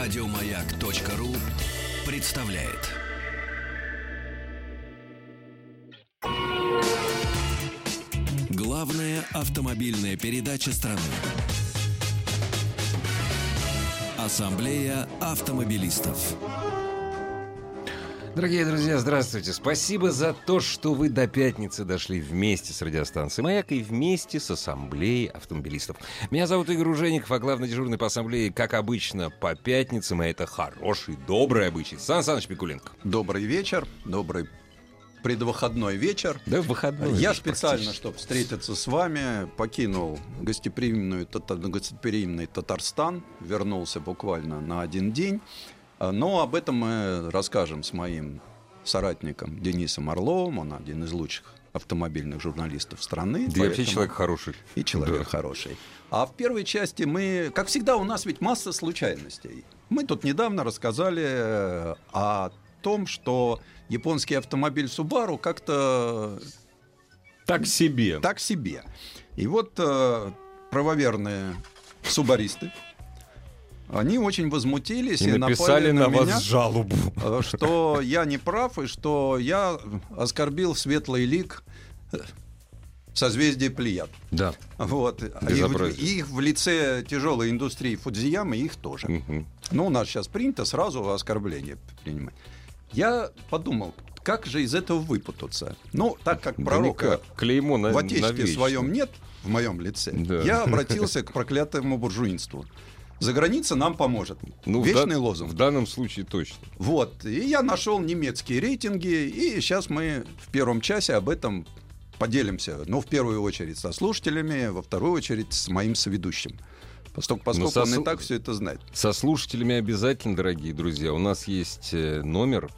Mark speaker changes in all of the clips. Speaker 1: Радиомаяк.ру представляет. Главная автомобильная передача страны. Ассамблея автомобилистов.
Speaker 2: Дорогие друзья, здравствуйте. Спасибо за то, что вы до пятницы дошли вместе с радиостанцией «Маяк» и вместе с Ассамблеей автомобилистов. Меня зовут Игорь Ужеников, а главный дежурный по Ассамблее, как обычно, по пятницам, а это хороший, добрый обычай. Сан Саныч Пикуленко.
Speaker 3: Добрый вечер, добрый предвыходной вечер.
Speaker 2: Да, в выходной.
Speaker 3: Я
Speaker 2: уже
Speaker 3: специально,
Speaker 2: практически.
Speaker 3: чтобы встретиться с вами, покинул гостеприимную, тата- гостеприимный Татарстан, вернулся буквально на один день. А, Но об этом мы расскажем с моим соратником Денисом Орловым. Он один из лучших автомобильных журналистов страны.
Speaker 2: Да и вообще
Speaker 3: поэтому-
Speaker 2: человек хороший.
Speaker 3: И человек
Speaker 2: Да.
Speaker 3: хороший. А в первой части мы, как всегда, у нас ведь масса случайностей. Мы тут недавно рассказали э, о том, что японский автомобиль Subaru как-то
Speaker 2: Так себе.
Speaker 3: так себе. И вот э, правоверные субаристы, они очень возмутились
Speaker 2: И
Speaker 3: и, напали
Speaker 2: написали на
Speaker 3: меня,
Speaker 2: вас жалобу.
Speaker 3: э, что я не прав и что я оскорбил светлый лик э, созвездия Плеяд.
Speaker 2: Да.
Speaker 3: Вот. И в,
Speaker 2: Безобразие.
Speaker 3: и в лице тяжелой индустрии Фудзиямы их тоже.
Speaker 2: Мгм.
Speaker 3: Ну, у нас сейчас принято сразу оскорбление принимать. Я подумал, как же из этого выпутаться? Ну, так как
Speaker 2: Да
Speaker 3: пророка
Speaker 2: никак. Клеймо на
Speaker 3: в отечестве
Speaker 2: навечно.
Speaker 3: своем нет, в моем лице,
Speaker 2: Да.
Speaker 3: я обратился к проклятому буржуинству. За граница нам поможет.
Speaker 2: Ну, в да-
Speaker 3: Вечный лозунг.
Speaker 2: В данном случае точно.
Speaker 3: Вот. И я нашел немецкие рейтинги, и сейчас мы в первом часе об этом поделимся. Ну, в первую очередь со слушателями, во вторую очередь с моим соведущим. Поскольку, поскольку
Speaker 2: Ну, со
Speaker 3: он
Speaker 2: слу-
Speaker 3: и так все это знает.
Speaker 2: Со слушателями обязательно, дорогие друзья. У нас есть э, номер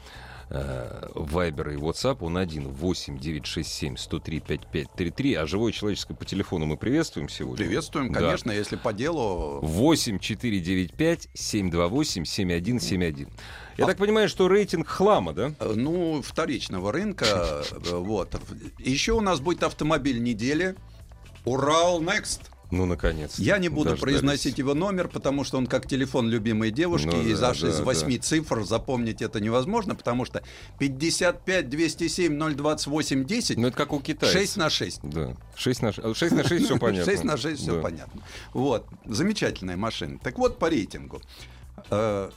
Speaker 2: э, Вайбера и WhatsApp. Он 1 8 967 103 5533. А живое человеческое по телефону мы приветствуем сегодня.
Speaker 3: Приветствуем,
Speaker 2: Да.
Speaker 3: конечно, если по делу...
Speaker 2: 8 495 728 7171. Я
Speaker 3: А-
Speaker 2: так понимаю, что рейтинг хлама, да?
Speaker 3: э, Ну, вторичного рынка. э, Вот. Еще у нас будет автомобиль недели. Урал Next.
Speaker 2: Ну, наконец.
Speaker 3: Я не буду произносить его номер, потому что он как телефон любимой девушки,
Speaker 2: Ну
Speaker 3: и
Speaker 2: да,
Speaker 3: даже из
Speaker 2: да,
Speaker 3: восьми цифр запомнить это невозможно, потому что 55 207 028 10
Speaker 2: Ну, это как у китайцев.
Speaker 3: 6 на 6.
Speaker 2: Да. 6 на 6. 6 на 6 все понятно.
Speaker 3: 6 на 6 все
Speaker 2: Да.
Speaker 3: понятно. Вот, замечательная машина. Так вот, по рейтингу. Э,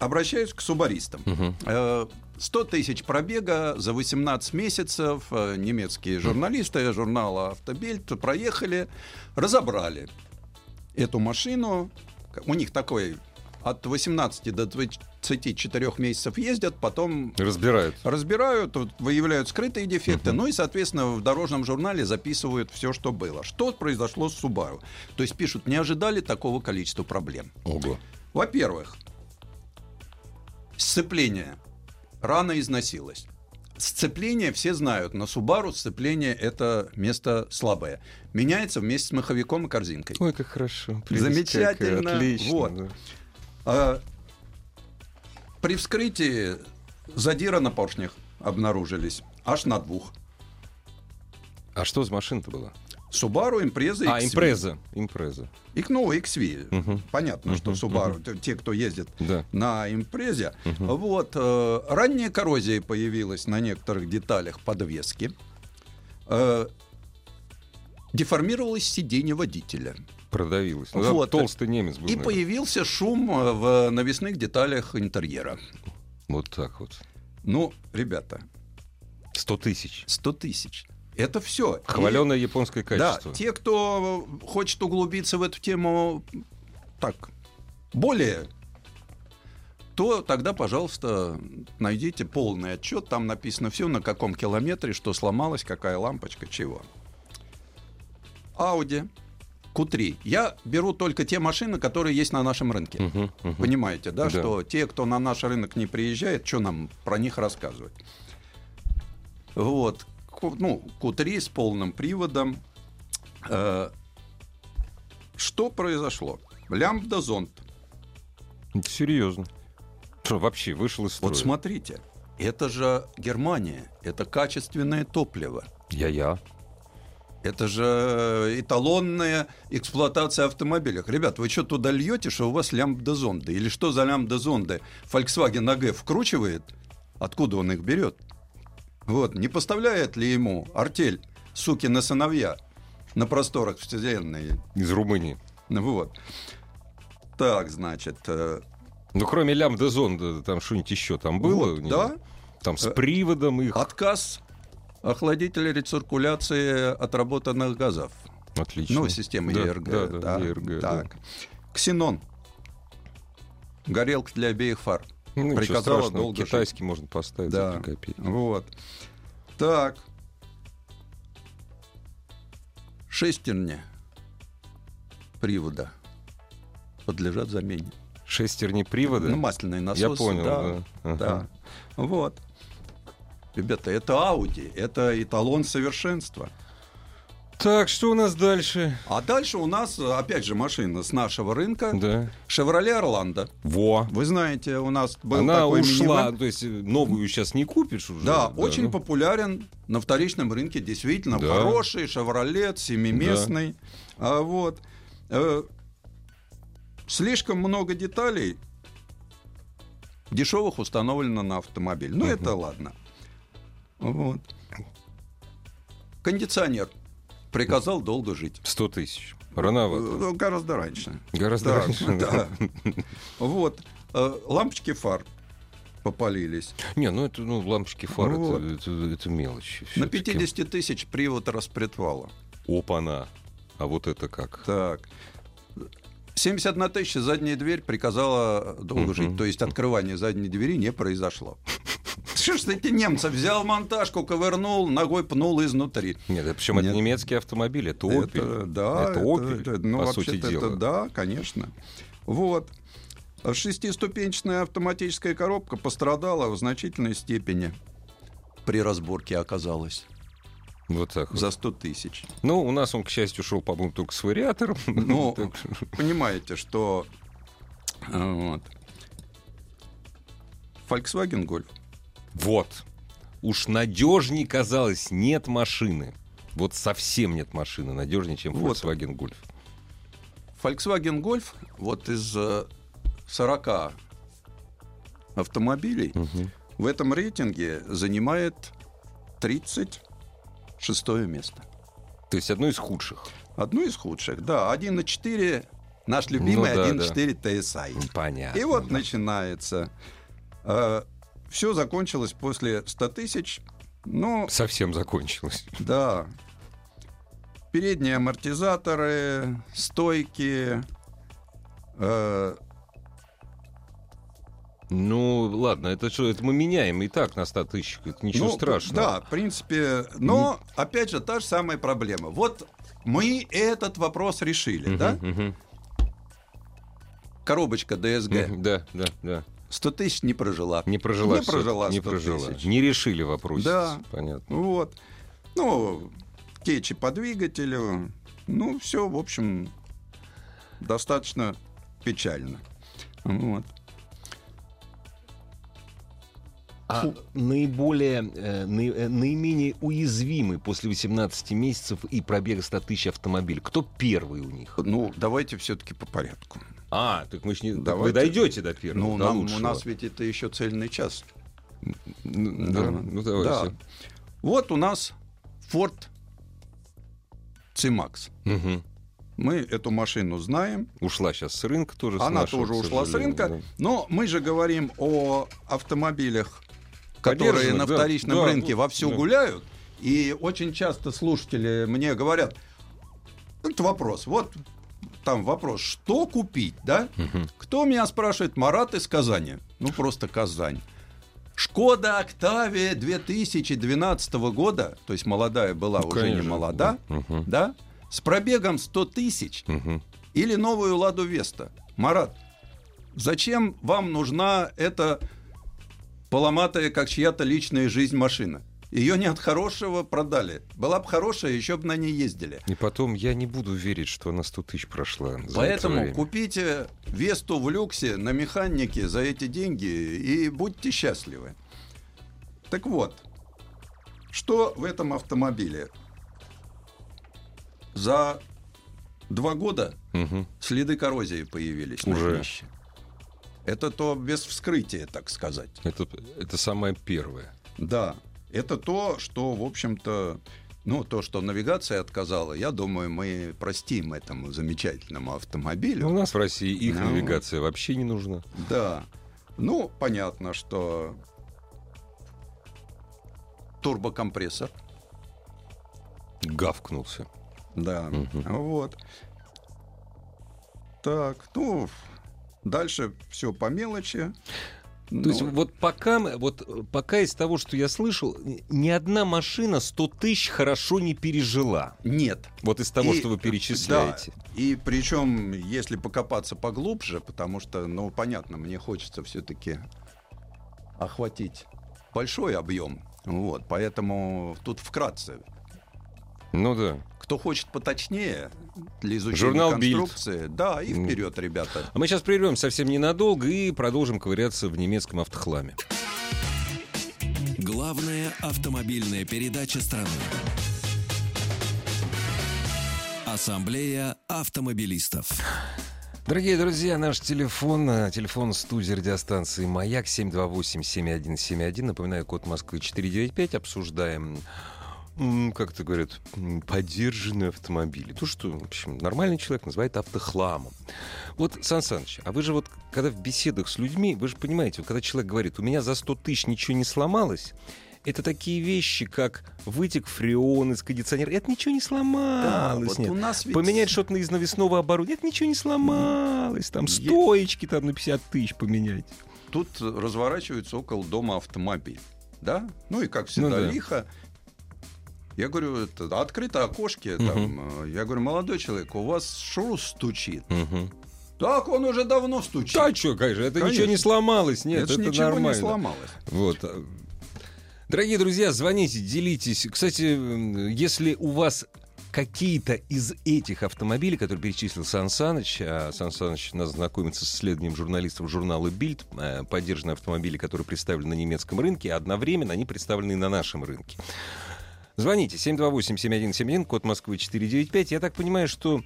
Speaker 3: Обращаюсь к субаристам.
Speaker 2: Мгм.
Speaker 3: Э, 100 тысяч пробега за 18 месяцев э, немецкие журналисты журнала «Автобильд» проехали, разобрали эту машину. У них такой от 18 до 24 месяцев ездят, потом
Speaker 2: Разбирают.
Speaker 3: разбирают, вот, выявляют скрытые дефекты, ну и, соответственно, в дорожном журнале записывают все, что было. Что произошло с Subaru? То есть пишут, не ожидали такого количества проблем.
Speaker 2: Ого.
Speaker 3: Во-первых, сцепление рано износилось. Сцепление все знают. На Subaru сцепление это место слабое. Меняется вместе с маховиком и корзинкой.
Speaker 2: Ой, как хорошо.
Speaker 3: Замечательно.
Speaker 2: Как Отлично.
Speaker 3: Вот.
Speaker 2: да.
Speaker 3: А, при вскрытии задира на поршнях обнаружились. Аж на двух.
Speaker 2: А что за машина-то была?
Speaker 3: Subaru, Impreza,
Speaker 2: А,
Speaker 3: XV.
Speaker 2: импреза. Импреза.
Speaker 3: И, ну, XV.
Speaker 2: Мгм.
Speaker 3: Понятно, что
Speaker 2: Мгм,
Speaker 3: Subaru, т- те, кто ездит
Speaker 2: Да.
Speaker 3: на импрезе. Вот, э, ранняя коррозия появилась на некоторых деталях подвески. Э, деформировалось сиденье водителя.
Speaker 2: Продавилась. Ну, там
Speaker 3: Вот.
Speaker 2: толстый немец был.
Speaker 3: И
Speaker 2: наверное.
Speaker 3: появился шум э, в навесных деталях интерьера.
Speaker 2: Вот так вот.
Speaker 3: Ну, ребята,
Speaker 2: Сто тысяч.
Speaker 3: 100 тысяч. Это все.
Speaker 2: Хваленое японское качество.
Speaker 3: Да, те, кто э, хочет углубиться в эту тему так, более, то тогда, пожалуйста, найдите полный отчет. Там написано все, на каком километре, что сломалось, какая лампочка, чего. Audi Q3. Я беру только те машины, которые есть на нашем рынке.
Speaker 2: Мгм, мгм.
Speaker 3: Понимаете, да,
Speaker 2: Да.
Speaker 3: что те, кто на наш рынок не приезжает, что нам про них рассказывать? Вот, Ку- ну, Q3 с полным приводом. Э, Что произошло? Лямбда зонт.
Speaker 2: Это серьезно. Что, вообще вышел из строя?
Speaker 3: Вот смотрите, это же Германия, это качественное топливо.
Speaker 2: Я-я.
Speaker 3: Это же эталонная эксплуатация автомобиля. Ребят, вы что туда льете, что у вас лямбда-зонды? Или что за лямбда-зонды? Volkswagen AG вкручивает? Откуда он их берет? Вот, не поставляет ли ему артель сукины сыновья на просторах вселенной?
Speaker 2: Из Румынии.
Speaker 3: Ну Вот. Так, значит, э,
Speaker 2: Ну, кроме лямбда зонда, там что-нибудь еще там было?
Speaker 3: Вот,
Speaker 2: у него?
Speaker 3: да. Э, а,
Speaker 2: Там с приводом их.
Speaker 3: отказ охладителя рециркуляции отработанных газов.
Speaker 2: Отлично.
Speaker 3: Ну, система
Speaker 2: Да,
Speaker 3: ERG.
Speaker 2: Да, да, ERG, да.
Speaker 3: так. Ксенон. Горелка для обеих фар.
Speaker 2: Ну, ничего
Speaker 3: Приказала
Speaker 2: страшного,
Speaker 3: долго
Speaker 2: китайский можно поставить
Speaker 3: Да.
Speaker 2: за три копейки.
Speaker 3: Вот. Так. Шестерни привода подлежат замене.
Speaker 2: Шестерни привода?
Speaker 3: Ну, масляный насос.
Speaker 2: Я понял,
Speaker 3: да.
Speaker 2: да.
Speaker 3: да.
Speaker 2: Ага.
Speaker 3: Вот. Ребята, это Audi, это эталон совершенства.
Speaker 2: Так, что у нас дальше?
Speaker 3: А дальше у нас, опять же, машина с нашего рынка.
Speaker 2: Да.
Speaker 3: Шевроле Орландо.
Speaker 2: Во.
Speaker 3: Вы знаете, у нас был
Speaker 2: Она
Speaker 3: такой
Speaker 2: ушла,
Speaker 3: минивэн.
Speaker 2: то есть э, новую сейчас не купишь уже.
Speaker 3: Да, очень
Speaker 2: ну.
Speaker 3: популярен на вторичном рынке, действительно
Speaker 2: Да.
Speaker 3: хороший Шевролет, семиместный, А, вот Э, слишком много деталей дешевых установлено на автомобиль. Ну
Speaker 2: Мгм.
Speaker 3: это ладно. Вот кондиционер приказал долго жить.
Speaker 2: 100 тысяч. Рановато.
Speaker 3: Э, Гораздо раньше.
Speaker 2: Гораздо
Speaker 3: Да,
Speaker 2: раньше.
Speaker 3: да. Вот Э, лампочки фар попалились.
Speaker 2: Не, ну это ну, лампочки фары, это-
Speaker 3: Вот.
Speaker 2: это, это мелочи.
Speaker 3: На
Speaker 2: всё-таки.
Speaker 3: 50 тысяч привод распредвала.
Speaker 2: Опа-на. А вот это как?
Speaker 3: Так. 71 тысяча задняя дверь приказала долго
Speaker 2: Мгм.
Speaker 3: жить. То есть открывание задней двери не произошло. Что ж ты эти немцы? Взял монтажку, ковырнул, ногой пнул изнутри.
Speaker 2: Нет, это причем это
Speaker 3: Нет.
Speaker 2: немецкий автомобиль, это
Speaker 3: Это,
Speaker 2: Opel.
Speaker 3: да,
Speaker 2: это Opel,
Speaker 3: это- ну,
Speaker 2: по
Speaker 3: вообще-то
Speaker 2: сути
Speaker 3: это
Speaker 2: дела.
Speaker 3: да, конечно. Вот. Шестиступенчатая автоматическая коробка пострадала в значительной степени при разборке оказалась
Speaker 2: Вот так. вот.
Speaker 3: за 100 тысяч.
Speaker 2: Ну, у нас он, к счастью, шел, по-моему, только с вариатором.
Speaker 3: Ну,
Speaker 2: Так что-
Speaker 3: понимаете, что э, вот. Volkswagen Golf.
Speaker 2: Вот. Уж надежней казалось, нет машины. Вот совсем нет машины надежнее, чем
Speaker 3: Вот.
Speaker 2: Volkswagen Golf.
Speaker 3: Volkswagen Golf вот из э, 40 автомобилей в этом рейтинге занимает 36 место.
Speaker 2: То есть одно из худших.
Speaker 3: Одно из худших, да. 1.4, наш
Speaker 2: Ну
Speaker 3: любимый
Speaker 2: да,
Speaker 3: 1.4 TSI.
Speaker 2: Понятно.
Speaker 3: И вот начинается. все закончилось после 100 тысяч. Ну, Но
Speaker 2: Совсем закончилось.
Speaker 3: Да. Передние амортизаторы, стойки. э,
Speaker 2: Ну, ладно, это что, это мы меняем и так на 100 тысяч. Это ничего
Speaker 3: ну, Да,
Speaker 2: страшного.
Speaker 3: в принципе. Но, опять же, та же самая проблема. Вот мы этот вопрос решили, да?
Speaker 2: Мгм,
Speaker 3: Коробочка DSG.
Speaker 2: мгм. Да, да, да.
Speaker 3: 100 тысяч не прожила.
Speaker 2: Не прожила.
Speaker 3: Не
Speaker 2: всё-таки,
Speaker 3: прожила
Speaker 2: Не
Speaker 3: 100
Speaker 2: прожила.
Speaker 3: тысяч.
Speaker 2: Не решили вопрос.
Speaker 3: Да.
Speaker 2: Понятно.
Speaker 3: Вот. Ну, кетчи по двигателю. Ну, все, в общем, достаточно печально. Вот.
Speaker 2: А наиболее, э, наи- э, наименее уязвимый после 18 месяцев и пробега 100 тысяч автомобиль? Кто первый у них?
Speaker 3: Ну, давайте все-таки по порядку.
Speaker 2: А, так мы ж не... так
Speaker 3: Давайте.
Speaker 2: Вы дойдете до первого,
Speaker 3: Ну,
Speaker 2: до
Speaker 3: нам- у
Speaker 2: лучшего.
Speaker 3: нас ведь это еще цельный час.
Speaker 2: Н- да,
Speaker 3: Да.
Speaker 2: ну, давайте.
Speaker 3: Вот у нас Ford C-Max.
Speaker 2: Мгм.
Speaker 3: Мы эту машину знаем.
Speaker 2: Ушла сейчас с рынка тоже. с
Speaker 3: Она
Speaker 2: нашего,
Speaker 3: тоже
Speaker 2: к
Speaker 3: ушла с
Speaker 2: сожалению,
Speaker 3: рынка.
Speaker 2: да.
Speaker 3: Но мы же говорим о автомобилях, которые на
Speaker 2: Подержанных, да,
Speaker 3: вторичном
Speaker 2: да,
Speaker 3: рынке
Speaker 2: ну,
Speaker 3: вовсю
Speaker 2: да.
Speaker 3: гуляют. И очень часто слушатели мне говорят, это вопрос, вот там вопрос, что купить, да? Кто меня спрашивает? Марат из Казани. Ну, просто Казань. Шкода Октавия 2012 года, то есть молодая была,
Speaker 2: Ну,
Speaker 3: а уже не
Speaker 2: конечно.
Speaker 3: молода,
Speaker 2: Мгм.
Speaker 3: да? С пробегом 100 тысяч
Speaker 2: Мгм.
Speaker 3: или новую Ладу Веста. Марат, зачем вам нужна эта поломатая, как чья-то личная жизнь машина? Ее не от хорошего продали. Была бы хорошая, еще бы на ней ездили.
Speaker 2: И потом я не буду верить, что она 100 тысяч прошла. за это
Speaker 3: Поэтому
Speaker 2: время.
Speaker 3: купите Весту в люксе на механике за эти деньги и будьте счастливы. Так вот, что в этом автомобиле? За два года
Speaker 2: Мгм.
Speaker 3: следы коррозии появились
Speaker 2: Уже.
Speaker 3: на днище. Это то без вскрытия, так сказать.
Speaker 2: Это, это самое первое.
Speaker 3: Да, это то, что, в общем-то, ну, то, что навигация отказала, я думаю, мы простим этому замечательному автомобилю.
Speaker 2: У нас в России их
Speaker 3: Ну.
Speaker 2: навигация вообще не нужна.
Speaker 3: Да. Ну, понятно, что турбокомпрессор.
Speaker 2: Гавкнулся.
Speaker 3: Да.
Speaker 2: Мгм.
Speaker 3: Вот. Так, ну, дальше все по мелочи.
Speaker 2: То есть
Speaker 3: Ну,
Speaker 2: вот пока, мы- вот э, пока из того, что я слышал, н- ни одна машина 100 тысяч хорошо не пережила.
Speaker 3: нет.
Speaker 2: Вот из того,
Speaker 3: И-
Speaker 2: что вы перечисляете.
Speaker 3: да, и причем, если покопаться поглубже, потому что, ну, понятно, мне хочется все-таки охватить большой объем. Вот, поэтому тут вкратце.
Speaker 2: Ну да.
Speaker 3: Кто хочет поточнее для изучения
Speaker 2: Журнал «Бильд».
Speaker 3: конструкции, да, и вперед, ребята.
Speaker 2: А мы сейчас прервем совсем ненадолго и продолжим ковыряться в немецком автохламе.
Speaker 1: Главная автомобильная передача страны. Ассамблея автомобилистов.
Speaker 2: Дорогие друзья, наш телефон, э, телефон студии радиостанции «Маяк» 728-7171. Напоминаю, код Москвы 495. Обсуждаем, м, как это говорят, м, подержанные автомобили. То, что, в общем, нормальный человек называет автохламом. Вот, Сан Саныч, а вы же вот, когда в беседах с людьми, вы же понимаете, вот когда человек говорит, у меня за 100 тысяч ничего не сломалось, это такие вещи, как вытек фреон из кондиционера. Это ничего не
Speaker 3: Да,
Speaker 2: сломалось.
Speaker 3: вот
Speaker 2: А, ну, нет.
Speaker 3: у нас ведь-
Speaker 2: Поменять что-то из навесного оборудования. Это ничего не сломалось. Там
Speaker 3: Есть.
Speaker 2: стоечки там на 50 тысяч поменять.
Speaker 3: Тут разворачивается около дома автомобиль. Да? Ну и как всегда,
Speaker 2: Ну да.
Speaker 3: лихо. Я говорю, это, да, открыто окошки. Там, э, я говорю, молодой человек, у вас шрус стучит. Так он уже давно стучит.
Speaker 2: Да что, конечно, это
Speaker 3: Конечно.
Speaker 2: ничего не сломалось. Нет,
Speaker 3: Это
Speaker 2: это,
Speaker 3: ж ничего не
Speaker 2: нормально.
Speaker 3: сломалось.
Speaker 2: Вот. а. Дорогие друзья, звоните, делитесь. Кстати, м, если у вас какие-то из этих автомобилей, которые перечислил Сан Саныч, а Сан Саныч нас знакомится с исследованием журналистов журнала «Бильд», э, поддержанные автомобили, которые представлены на немецком рынке, а одновременно они представлены и на нашем рынке. Звоните 728-7171, код Москвы 495. Я так понимаю, что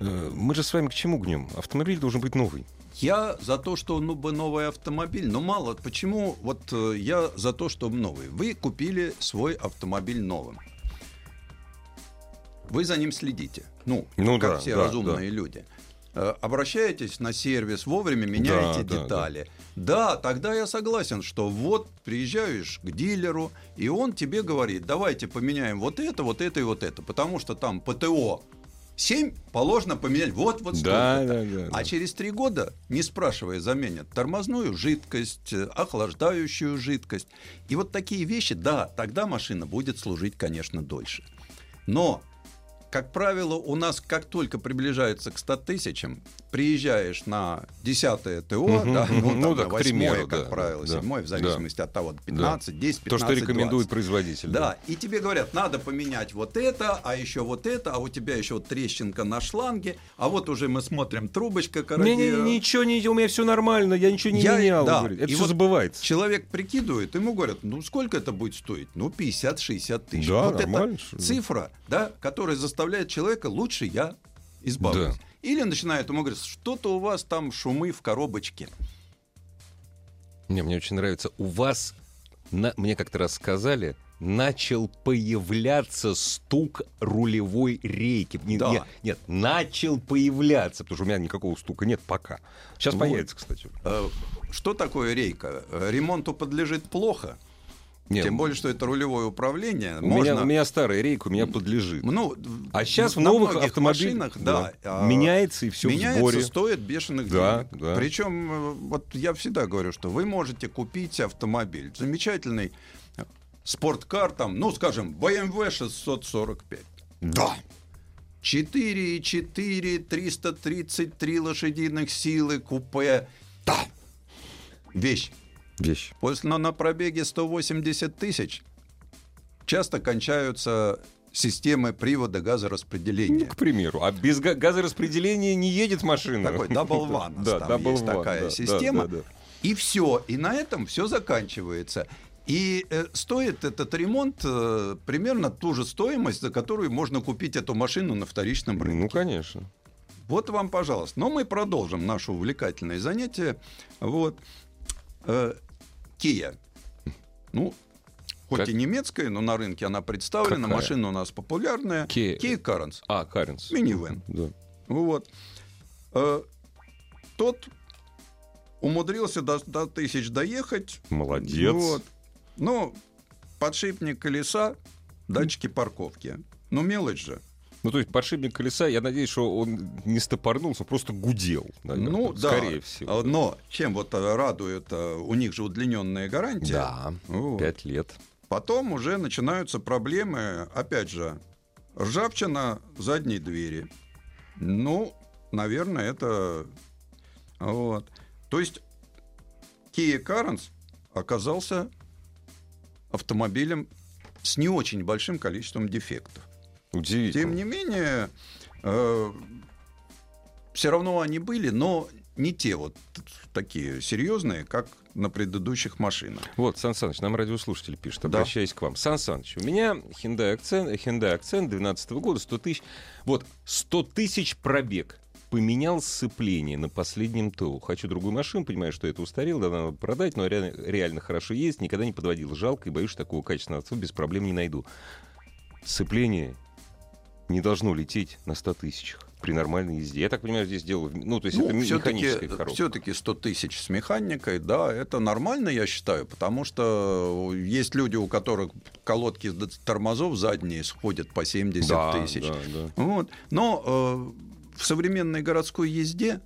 Speaker 2: э, мы же с вами к чему гнем? Автомобиль должен быть новый.
Speaker 3: Я за то, что ну бы новый автомобиль, но мало почему. Вот э, я за то, что новый. Вы купили свой автомобиль новым. Вы за ним следите. Ну,
Speaker 2: Ну
Speaker 3: как
Speaker 2: да,
Speaker 3: все
Speaker 2: да,
Speaker 3: разумные люди. Э, Обращаетесь на сервис вовремя, меняете
Speaker 2: Да, да,
Speaker 3: детали. Да. тогда я согласен, что вот приезжаешь к дилеру, и он тебе говорит, давайте поменяем вот это, вот это и вот это, потому что там ПТО 7 положено поменять вот вот
Speaker 2: Да,
Speaker 3: столько-то.
Speaker 2: да, да, да.
Speaker 3: А через три года, не спрашивая, заменят тормозную жидкость, э, охлаждающую жидкость. И вот такие вещи, да, тогда машина будет служить, конечно, дольше. Но, как правило, у нас, как только приближается к 100 тысячам, приезжаешь на 10 ТО,
Speaker 2: Мгм,
Speaker 3: да,
Speaker 2: мгм.
Speaker 3: ну,
Speaker 2: Ну,
Speaker 3: там
Speaker 2: да,
Speaker 3: на
Speaker 2: к
Speaker 3: 8,
Speaker 2: примеру, да,
Speaker 3: как правило,
Speaker 2: да,
Speaker 3: 7, в
Speaker 2: да.
Speaker 3: зависимости от того, 15, 10, 15,
Speaker 2: То, что рекомендует
Speaker 3: 20.
Speaker 2: производитель.
Speaker 3: Да, и тебе говорят, надо поменять вот это, а еще вот это, а у тебя еще трещинка на шланге, а вот уже мы смотрим трубочка
Speaker 2: Не, не,
Speaker 3: коррозия.
Speaker 2: не, ничего не, у меня все нормально, я ничего не
Speaker 3: Я-
Speaker 2: менял.
Speaker 3: да.
Speaker 2: говорит. Это
Speaker 3: И
Speaker 2: все
Speaker 3: вот
Speaker 2: забывается.
Speaker 3: Человек прикидывает, ему говорят, ну сколько это будет стоить? Ну 50-60 тысяч.
Speaker 2: Да,
Speaker 3: вот
Speaker 2: нормально,
Speaker 3: это
Speaker 2: что ли.
Speaker 3: цифра, да, которая заставляет человека, лучше я избавлюсь.
Speaker 2: Да.
Speaker 3: Или начинает ему говорить, что-то у вас там шумы в коробочке.
Speaker 2: Не, мне очень нравится. У вас, на- мне как-то рассказали, начал появляться стук рулевой рейки. Не-
Speaker 3: Да.
Speaker 2: не- нет, начал появляться, потому что у меня никакого стука нет пока. Сейчас
Speaker 3: Вот.
Speaker 2: появится, кстати.
Speaker 3: Э, Что такое рейка? Э, Ремонту подлежит плохо,
Speaker 2: Не, ну,
Speaker 3: тем более, что это рулевое управление.
Speaker 2: у
Speaker 3: Можно...
Speaker 2: меня, у меня старая рейка, у меня подлежит.
Speaker 3: Ну,
Speaker 2: А сейчас в
Speaker 3: на
Speaker 2: новых
Speaker 3: многих
Speaker 2: автомобилях
Speaker 3: машинах, да, а,
Speaker 2: меняется и все
Speaker 3: меняется,
Speaker 2: в сборе.
Speaker 3: стоит бешеных
Speaker 2: Да,
Speaker 3: денег.
Speaker 2: да.
Speaker 3: Причем, э, вот я всегда говорю, что вы можете купить автомобиль, замечательный э, спорткар, там, ну, скажем, BMW 645.
Speaker 2: Да.
Speaker 3: 4,4, 333 лошадиных силы, купе. Да. Вещь.
Speaker 2: Вещь.
Speaker 3: После, но на пробеге 180 тысяч часто кончаются системы привода газораспределения.
Speaker 2: Ну, к примеру. А без га- газораспределения не едет машина.
Speaker 3: Такой дабл ван у нас
Speaker 2: Ну, Да,
Speaker 3: там
Speaker 2: дабл
Speaker 3: есть
Speaker 2: ван,
Speaker 3: такая
Speaker 2: да, да,
Speaker 3: система.
Speaker 2: да, да.
Speaker 3: И все, и на этом все заканчивается. И э, стоит этот ремонт э, примерно ту же стоимость, за которую можно купить эту машину на вторичном рынке.
Speaker 2: Ну, конечно.
Speaker 3: Вот вам, пожалуйста. Но мы продолжим наше увлекательное занятие. Вот. Э, Kia. Ну, хоть
Speaker 2: Как?
Speaker 3: и немецкая, но на рынке она представлена.
Speaker 2: Какая?
Speaker 3: Машина у нас популярная.
Speaker 2: Kia.
Speaker 3: Kia Carens.
Speaker 2: А, Каренс.
Speaker 3: Минивэн.
Speaker 2: Да.
Speaker 3: Вот. Э, тот умудрился до 100 тысяч доехать.
Speaker 2: Молодец.
Speaker 3: Вот. Ну, подшипник колеса, датчики парковки. Ну, мелочь же.
Speaker 2: Ну, то есть подшипник колеса, я надеюсь, что он не стопорнулся, просто гудел. наверное,
Speaker 3: ну, да.
Speaker 2: Скорее всего.
Speaker 3: А, Но чем вот э, радует, э, у них же удлиненная гарантия.
Speaker 2: Да,
Speaker 3: Вот.
Speaker 2: пять лет.
Speaker 3: Потом уже начинаются проблемы, опять же, ржавчина задней двери. Ну, наверное, это... Вот. То есть Kia Carens оказался автомобилем с не очень большим количеством дефектов.
Speaker 2: Удивительно.
Speaker 3: Тем не менее, все равно они были, но не те вот такие серьезные, как на предыдущих машинах.
Speaker 2: Вот, Сан Саныч, нам радиослушатель пишет,
Speaker 3: Да.
Speaker 2: обращаясь к вам. Сан Саныч, у меня Hyundai Accent, Hyundai Accent 12 года, 100 тысяч. Вот, 100 тысяч пробег. Поменял сцепление на последнем ТО. Хочу другую машину, понимаю, что это устарело, да, надо продать, но реально, реально хорошо есть, никогда не подводил. Жалко и боюсь, что такого качественного отцу без проблем не найду. Сцепление не должно лететь на 100 тысячах при нормальной езде. Я так понимаю, здесь дело... в- Ну, то есть это механическая коробка.
Speaker 3: все-таки 100 тысяч с механикой, да, это нормально, я считаю, потому что есть люди, у которых колодки с тормозов задние сходят по 70
Speaker 2: Да,
Speaker 3: тысяч.
Speaker 2: да, да.
Speaker 3: Вот. Но э, в современной городской езде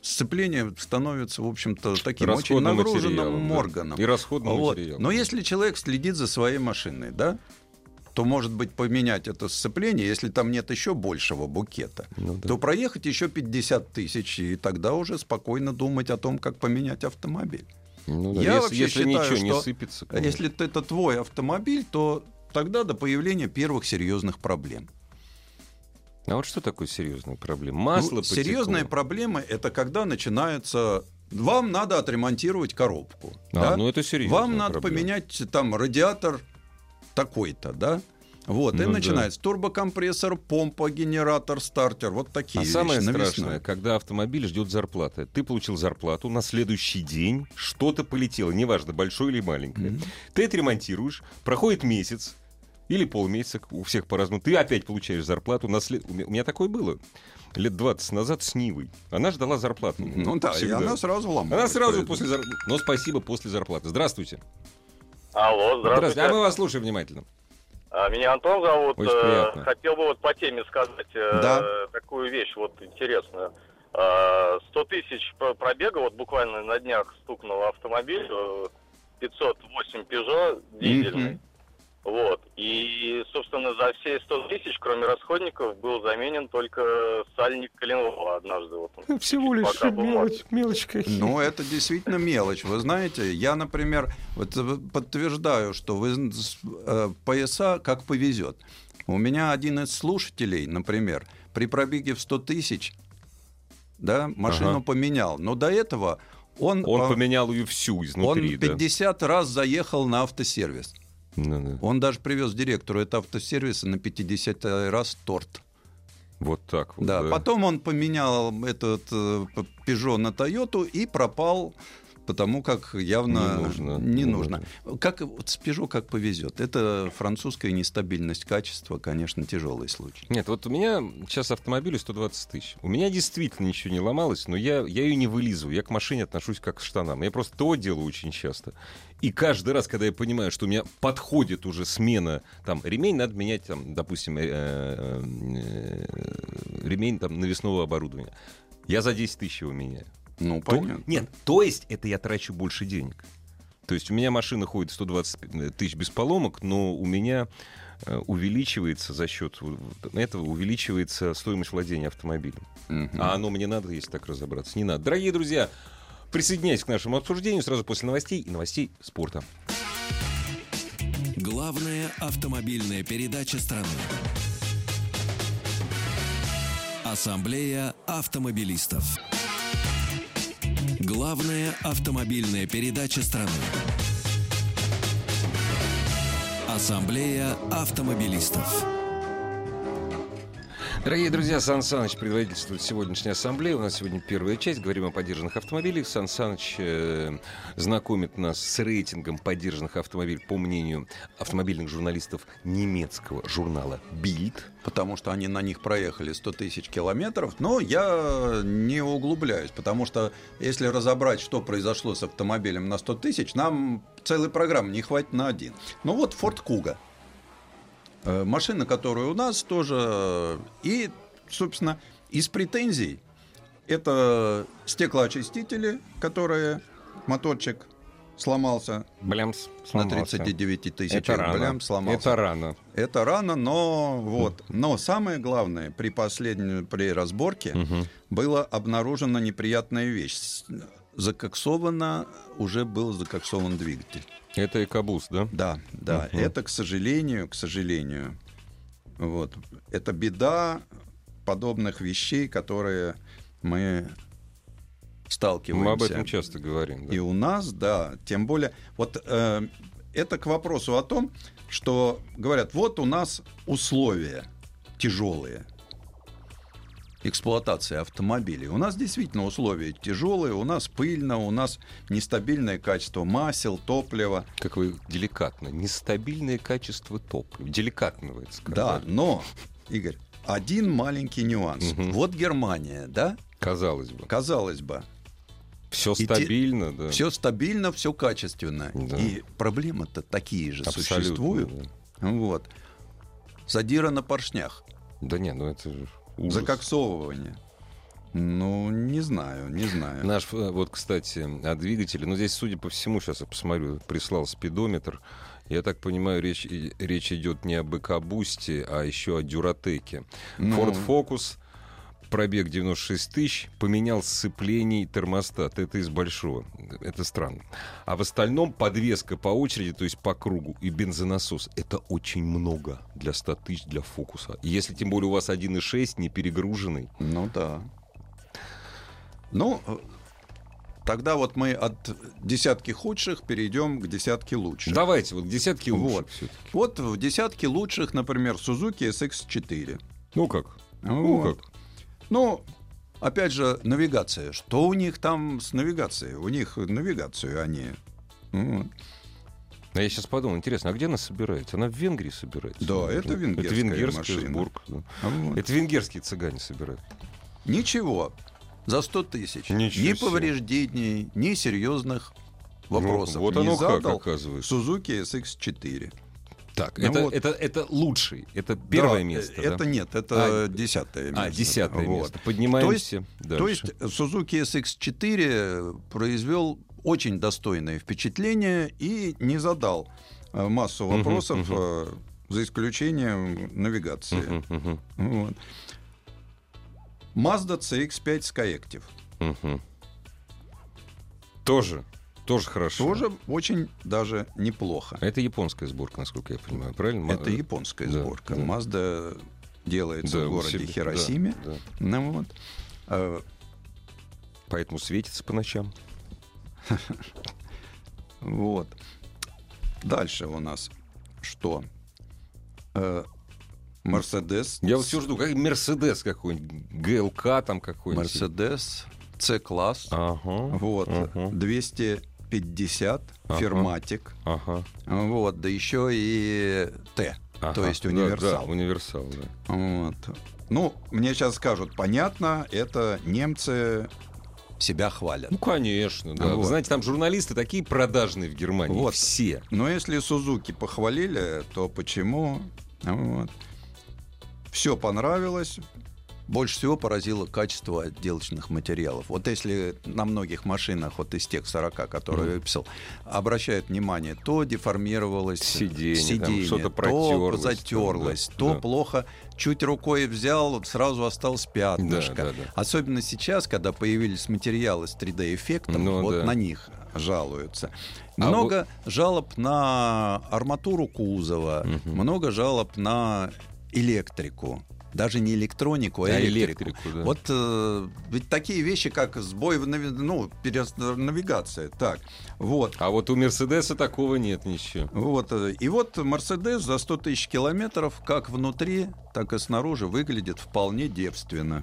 Speaker 3: сцепление становится, в общем-то, таким очень
Speaker 2: Расходным
Speaker 3: нагруженным
Speaker 2: материалом, да.
Speaker 3: органом.
Speaker 2: И расходным
Speaker 3: Вот.
Speaker 2: материалом.
Speaker 3: Но если человек следит за своей машиной, да, то, может быть, поменять это сцепление, если там нет еще большего букета,
Speaker 2: Ну да.
Speaker 3: то проехать еще 50 тысяч, и тогда уже спокойно думать о том, как поменять автомобиль.
Speaker 2: Ну да,
Speaker 3: Я
Speaker 2: если,
Speaker 3: вообще
Speaker 2: если
Speaker 3: считаю,
Speaker 2: ничего не
Speaker 3: что-
Speaker 2: сыпется.
Speaker 3: А Если т- это твой автомобиль, то тогда до появления первых серьезных проблем.
Speaker 2: А вот что такое серьезная проблема?
Speaker 3: Ну,
Speaker 2: Масло потекло.
Speaker 3: серьезные проблемы — это когда начинается... Вам надо отремонтировать коробку.
Speaker 2: А,
Speaker 3: да?
Speaker 2: ну это серьезно.
Speaker 3: Вам надо поменять там радиатор такой-то, да? Вот,
Speaker 2: Ну
Speaker 3: и
Speaker 2: да.
Speaker 3: начинается турбокомпрессор, помпа, генератор, стартер. Вот такие
Speaker 2: А
Speaker 3: вещи
Speaker 2: самое
Speaker 3: навесные.
Speaker 2: страшное, когда автомобиль ждет зарплаты. Ты получил зарплату, на следующий день что-то полетело, неважно, большое или маленькое.
Speaker 3: Мгм.
Speaker 2: Ты это ремонтируешь, проходит месяц или полмесяца, у всех по-разному, ты опять получаешь зарплату. На след- У меня- у меня такое было лет 20 назад с Нивой. Она ждала зарплату.
Speaker 3: Ну да, и
Speaker 2: Всегда.
Speaker 3: она сразу ломалась.
Speaker 2: Она сразу
Speaker 3: поэтому.
Speaker 2: после зарплаты. Но спасибо после зарплаты. Здравствуйте.
Speaker 4: Алло, здравствуйте.
Speaker 2: А мы вас слушаем внимательно.
Speaker 4: А, Меня Антон зовут.
Speaker 2: Очень
Speaker 4: Э,
Speaker 2: приятно.
Speaker 4: Хотел бы вот по теме сказать э,
Speaker 3: Да.
Speaker 4: такую вещь вот интересную. А, 100 тысяч пр- пробега, вот буквально на днях стукнул автомобиль, э, 508 Peugeot дизельный.
Speaker 3: Мгм.
Speaker 4: Вот. И, собственно, за все 100 тысяч, кроме расходников, был заменен только сальник Коленова однажды. Вот он
Speaker 2: Всего
Speaker 4: лишь Пока бумага. мелочь-
Speaker 2: мелочка.
Speaker 3: Ну, это действительно мелочь. Вы знаете, я, например, вот э, подтверждаю, что вы зн- с- э, пояса как повезет. У меня один из слушателей, например, при пробеге в 100 тысяч, да, машину
Speaker 2: Ага.
Speaker 3: поменял. Но до этого он,
Speaker 2: Он
Speaker 3: э,
Speaker 2: поменял ее всю изнутри,
Speaker 3: он
Speaker 2: да.
Speaker 3: 50 раз заехал на автосервис.
Speaker 2: Ну да.
Speaker 3: Он даже привез директору этого автосервиса на 50 раз торт.
Speaker 2: Вот так вот.
Speaker 3: Да. Потом он поменял этот э, п- Peugeot на Toyota и пропал, потому как явно
Speaker 2: Не нужно.
Speaker 3: не
Speaker 2: Ну,
Speaker 3: нужно. Как вот с Peugeot как повезет. Это французская нестабильность качества, конечно, тяжелый случай.
Speaker 2: Нет, вот у меня сейчас автомобилю 120 тысяч. У меня действительно ничего не ломалось, но я, я ее не вылизываю. Я к машине отношусь как к штанам. Я просто то делаю очень часто. И каждый раз, когда я понимаю, что у меня подходит уже смена, там, ремень надо менять, там, допустим, э, э, э, ремень там, навесного оборудования. Я за 10 тысяч его меняю.
Speaker 3: Ну,
Speaker 2: То-
Speaker 3: понятно.
Speaker 2: Нет, то есть это я трачу больше денег. То есть у меня машина ходит 120 тысяч без поломок, но у меня э, увеличивается за счет вот этого увеличивается стоимость владения автомобилем.
Speaker 3: Мгм.
Speaker 2: А оно мне надо, если так разобраться. Не надо. Дорогие друзья, присоединяйтесь к нашему обсуждению сразу после новостей и новостей спорта.
Speaker 1: Главная автомобильная передача страны. Ассамблея автомобилистов. Главная автомобильная передача страны. Ассамблея автомобилистов.
Speaker 2: Дорогие друзья, Сан Саныч предводительствует сегодняшней ассамблеи. У нас сегодня первая часть. Говорим о поддержанных автомобилях. Сан Саныч э, знакомит нас с рейтингом поддержанных автомобилей по мнению автомобильных журналистов немецкого журнала Bild.
Speaker 3: потому что они на них проехали 100 тысяч километров, но я не углубляюсь, потому что если разобрать, что произошло с автомобилем на 100 тысяч, нам целой программы не хватит на один. Ну вот Ford Kuga. Э, Машина, которая у нас тоже. э, И, собственно, из претензий это стеклоочистители, которые моторчик сломался
Speaker 2: Блямс
Speaker 3: на
Speaker 2: сломался.
Speaker 3: 39 тысяч.
Speaker 2: Это рано.
Speaker 3: Блям, сломался.
Speaker 2: Это рано.
Speaker 3: Это рано, но вот. Но самое главное, при последней при разборке была обнаружена неприятная вещь. С- Закоксовано, уже был закоксован двигатель.
Speaker 2: Это экобус, да?
Speaker 3: Да, да.
Speaker 2: Мгм.
Speaker 3: Это, к сожалению, к сожалению, вот. Это беда подобных вещей, которые мы сталкиваемся.
Speaker 2: Мы об этом часто говорим. да.
Speaker 3: И у нас, да, тем более, вот э, это к вопросу о том, что говорят, вот у нас условия тяжелые эксплуатации автомобилей. У нас действительно условия тяжелые, у нас пыльно, у нас нестабильное качество масел, топлива.
Speaker 2: Как вы деликатно. Нестабильное качество топлива. Деликатно вы это
Speaker 3: Да,
Speaker 2: сказали.
Speaker 3: но, Игорь, один маленький нюанс.
Speaker 2: Мгм.
Speaker 3: Вот Германия, да,
Speaker 2: Казалось бы.
Speaker 3: казалось бы,
Speaker 2: Все
Speaker 3: те-
Speaker 2: стабильно, да.
Speaker 3: все стабильно, все качественно.
Speaker 2: Да.
Speaker 3: И проблемы-то такие же
Speaker 2: Абсолютно,
Speaker 3: существуют.
Speaker 2: да.
Speaker 3: Вот. Задира на поршнях.
Speaker 2: Да не, ну это же ужас.
Speaker 3: Закоксовывание. Ну, не знаю, не знаю.
Speaker 2: Наш, э, вот, кстати, о двигателе. Ну, здесь, судя по всему, сейчас я посмотрю, прислал спидометр. Я так понимаю, речь, и- речь идет не об эко-бусте, а еще о дюратеке.
Speaker 3: Ну.
Speaker 2: Ford Focus, пробег 96 тысяч, поменял сцепление и термостат. Это из большого. Это странно. А в остальном подвеска по очереди, то есть по кругу, и бензонасос. Это очень много для 100 тысяч для фокуса. И Если тем более у вас 1,6, не перегруженный.
Speaker 3: Ну да. Ну, э, тогда вот мы от десятки худших перейдем к десятке лучших.
Speaker 2: Давайте, вот десятки лучше.
Speaker 3: Вот.
Speaker 2: всё-таки.
Speaker 3: Вот в десятке лучших, например, Suzuki SX4.
Speaker 2: Ну как? Ну
Speaker 3: Вот.
Speaker 2: как?
Speaker 3: Ну, опять же, навигация. Что у них там с навигацией? У них навигацию они... м,
Speaker 2: А я сейчас подумал, интересно, а где она собирается? Она в Венгрии собирается.
Speaker 3: Да, это
Speaker 2: Это
Speaker 3: венгерская
Speaker 2: венгерский
Speaker 3: машина.
Speaker 2: сборг. да.
Speaker 3: вот.
Speaker 2: Это венгерские цыгане собирают.
Speaker 3: Ничего. За 100 тысяч.
Speaker 2: Ничего
Speaker 3: ни
Speaker 2: себе.
Speaker 3: повреждений, ни серьезных вопросов.
Speaker 2: Вот, вот
Speaker 3: не
Speaker 2: оно
Speaker 3: задал
Speaker 2: как, оказывается.
Speaker 3: Suzuki SX4.
Speaker 2: Так,
Speaker 3: Ну
Speaker 2: это,
Speaker 3: вот.
Speaker 2: это, это лучший, это первое
Speaker 3: Да,
Speaker 2: место.
Speaker 3: э,
Speaker 2: да?
Speaker 3: Это нет, это
Speaker 2: А,
Speaker 3: десятое место.
Speaker 2: А, десятое
Speaker 3: Вот.
Speaker 2: место. Поднимаемся
Speaker 3: То
Speaker 2: дальше.
Speaker 3: есть Suzuki SX4 произвел очень достойное впечатление и не задал э, массу
Speaker 2: Мгм,
Speaker 3: вопросов,
Speaker 2: мгм.
Speaker 3: э, за исключением навигации.
Speaker 2: Мгм, мгм,
Speaker 3: Вот. Mazda CX-5 Skyactiv.
Speaker 2: мгм. Тоже, тоже хорошо.
Speaker 3: Тоже очень даже неплохо.
Speaker 2: А Это японская сборка, насколько я понимаю, правильно?
Speaker 3: Это японская
Speaker 2: э, да,
Speaker 3: сборка.
Speaker 2: да.
Speaker 3: Mazda делается
Speaker 2: Да,
Speaker 3: в
Speaker 2: у
Speaker 3: городе
Speaker 2: себя, да,
Speaker 3: Хиросиме.
Speaker 2: да.
Speaker 3: Ну вот. Э,
Speaker 2: Поэтому светится по ночам.
Speaker 3: Вот. Дальше у нас что? Э, Мерседес.
Speaker 2: Я вот все жду, как Мерседес какой-нибудь, ГЛК там какой-нибудь.
Speaker 3: Мерседес С-класс.
Speaker 2: Ага.
Speaker 3: Вот.
Speaker 2: Ага.
Speaker 3: 250.
Speaker 2: Ага.
Speaker 3: Ферматик.
Speaker 2: Ага.
Speaker 3: Вот. Да еще и Т. То
Speaker 2: Ага,
Speaker 3: есть
Speaker 2: да,
Speaker 3: универсал.
Speaker 2: да, универсал, да.
Speaker 3: Вот. Ну, мне сейчас скажут, понятно, это немцы себя хвалят.
Speaker 2: Ну, конечно, да. Вы
Speaker 3: Вот.
Speaker 2: знаете, там журналисты такие продажные в Германии.
Speaker 3: Вот.
Speaker 2: Все.
Speaker 3: Но если Сузуки похвалили, то почему? Все понравилось. Больше всего поразило качество отделочных материалов. Вот если на многих машинах, вот из тех 40, которые я писал, обращают внимание, то деформировалось
Speaker 2: Сиденье, там
Speaker 3: сиденье,
Speaker 2: что-то
Speaker 3: то
Speaker 2: протерлось, там,
Speaker 3: затерлось,
Speaker 2: да,
Speaker 3: то
Speaker 2: да.
Speaker 3: плохо, чуть рукой взял, вот сразу осталось пятнышко.
Speaker 2: Да, да, да.
Speaker 3: Особенно сейчас, когда появились материалы с 3D-эффектом,
Speaker 2: Ну,
Speaker 3: вот
Speaker 2: да.
Speaker 3: на них жалуются.
Speaker 2: А
Speaker 3: Много жалоб на арматуру кузова, много жалоб на электрику. Даже не электронику, а,
Speaker 2: А
Speaker 3: электрику.
Speaker 2: электрику, да.
Speaker 3: Вот э, ведь такие вещи, как сбой в нави- ну, перест- навигация. Так, вот.
Speaker 2: А вот у Мерседеса такого нет ничего.
Speaker 3: Вот. э, И вот Мерседес за 100 тысяч километров как внутри, так и снаружи выглядит вполне девственно,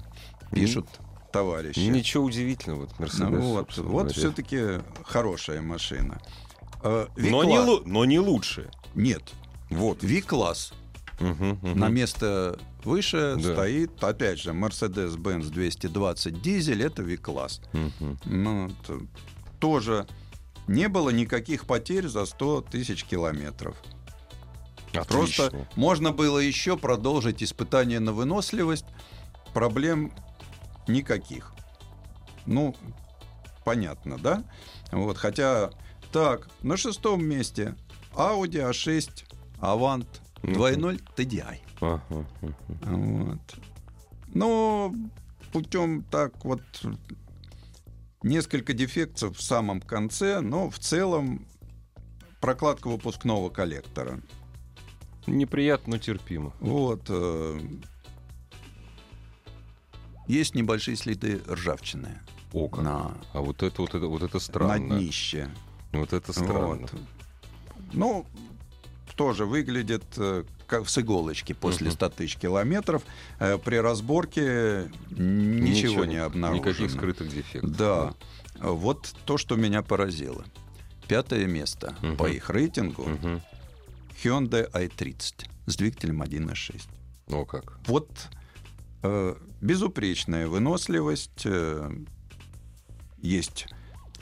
Speaker 3: пишут товарищи.
Speaker 2: Ничего удивительного, вот
Speaker 3: Ну,
Speaker 2: Мерседес.
Speaker 3: вот
Speaker 2: собственно
Speaker 3: вот
Speaker 2: говоря.
Speaker 3: все-таки хорошая машина. Э,
Speaker 2: Но
Speaker 3: V-класс-
Speaker 2: не, лу- но не лучше.
Speaker 3: Нет,
Speaker 2: Вот.
Speaker 3: V-класс
Speaker 2: Мгм, мгм.
Speaker 3: на место выше
Speaker 2: Да.
Speaker 3: стоит, опять же, Mercedes-Benz 220 дизель, это V-класс.
Speaker 2: Мгм.
Speaker 3: Ну, т- тоже не было никаких потерь за 100 тысяч километров.
Speaker 2: Отлично.
Speaker 3: А Просто можно было еще продолжить испытание на выносливость. Проблем никаких. Ну, понятно, да? Вот, хотя... Так, на шестом месте Audi A6 Avant
Speaker 2: Мгм.
Speaker 3: 2.0 TDI.
Speaker 2: Ага, ага.
Speaker 3: Вот. Но путем так вот несколько дефектов в самом конце, но в целом прокладка выпускного коллектора.
Speaker 2: Неприятно, но терпимо.
Speaker 3: Вот. э, Есть небольшие следы ржавчины
Speaker 2: О, как.
Speaker 3: на,
Speaker 2: А вот это вот это вот это
Speaker 3: на
Speaker 2: странно.
Speaker 3: днище.
Speaker 2: Вот это странно.
Speaker 3: Вот. Ну, тоже выглядит э, как с иголочки после
Speaker 2: Мгм.
Speaker 3: 100 тысяч километров. Э, При разборке ничего, не обнаружено.
Speaker 2: Никаких скрытых дефектов.
Speaker 3: Да. Вот то, что меня поразило. Пятое место
Speaker 2: Мгм.
Speaker 3: по их рейтингу
Speaker 2: Мгм.
Speaker 3: Hyundai i30 с двигателем 1.6.
Speaker 2: О, как.
Speaker 3: Вот э, безупречная выносливость. э, есть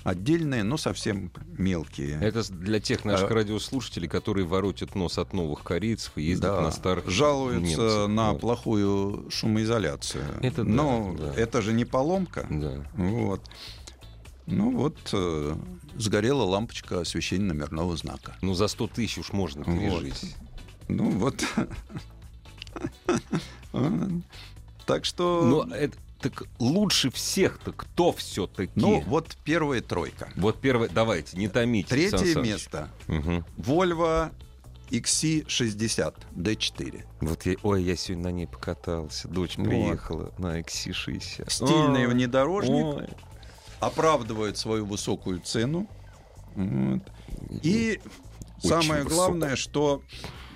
Speaker 3: отдельные, но совсем мелкие.
Speaker 2: Это с- для тех наших
Speaker 3: А-
Speaker 2: радиослушателей, которые воротят нос от новых корейцев и ездят
Speaker 3: Да,
Speaker 2: на старых
Speaker 3: жалуются
Speaker 2: немцев.
Speaker 3: на
Speaker 2: Вот.
Speaker 3: плохую шумоизоляцию.
Speaker 2: Это да,
Speaker 3: но
Speaker 2: да.
Speaker 3: это же не поломка.
Speaker 2: Да.
Speaker 3: Вот. Ну вот э, сгорела лампочка освещения номерного знака.
Speaker 2: Ну, за 100 тысяч уж можно
Speaker 3: Вот.
Speaker 2: пережить.
Speaker 3: Ну вот. А, Так
Speaker 2: Но
Speaker 3: что.
Speaker 2: это, Ну, так лучше всех-то кто все-таки?
Speaker 3: Ну вот первая тройка.
Speaker 2: вот первое, давайте, не томите. Сан
Speaker 3: Третье
Speaker 2: Саныч.
Speaker 3: место.
Speaker 2: Мгм.
Speaker 3: Volvo XC60 D4.
Speaker 2: Вот я, ой, я сегодня на ней покатался. Дочь
Speaker 3: Вот.
Speaker 2: приехала на XC60.
Speaker 3: Стильный
Speaker 2: Ой,
Speaker 3: внедорожник.
Speaker 2: ой.
Speaker 3: оправдывает свою высокую цену. Вот. И
Speaker 2: Очень
Speaker 3: самое
Speaker 2: высокую.
Speaker 3: главное, что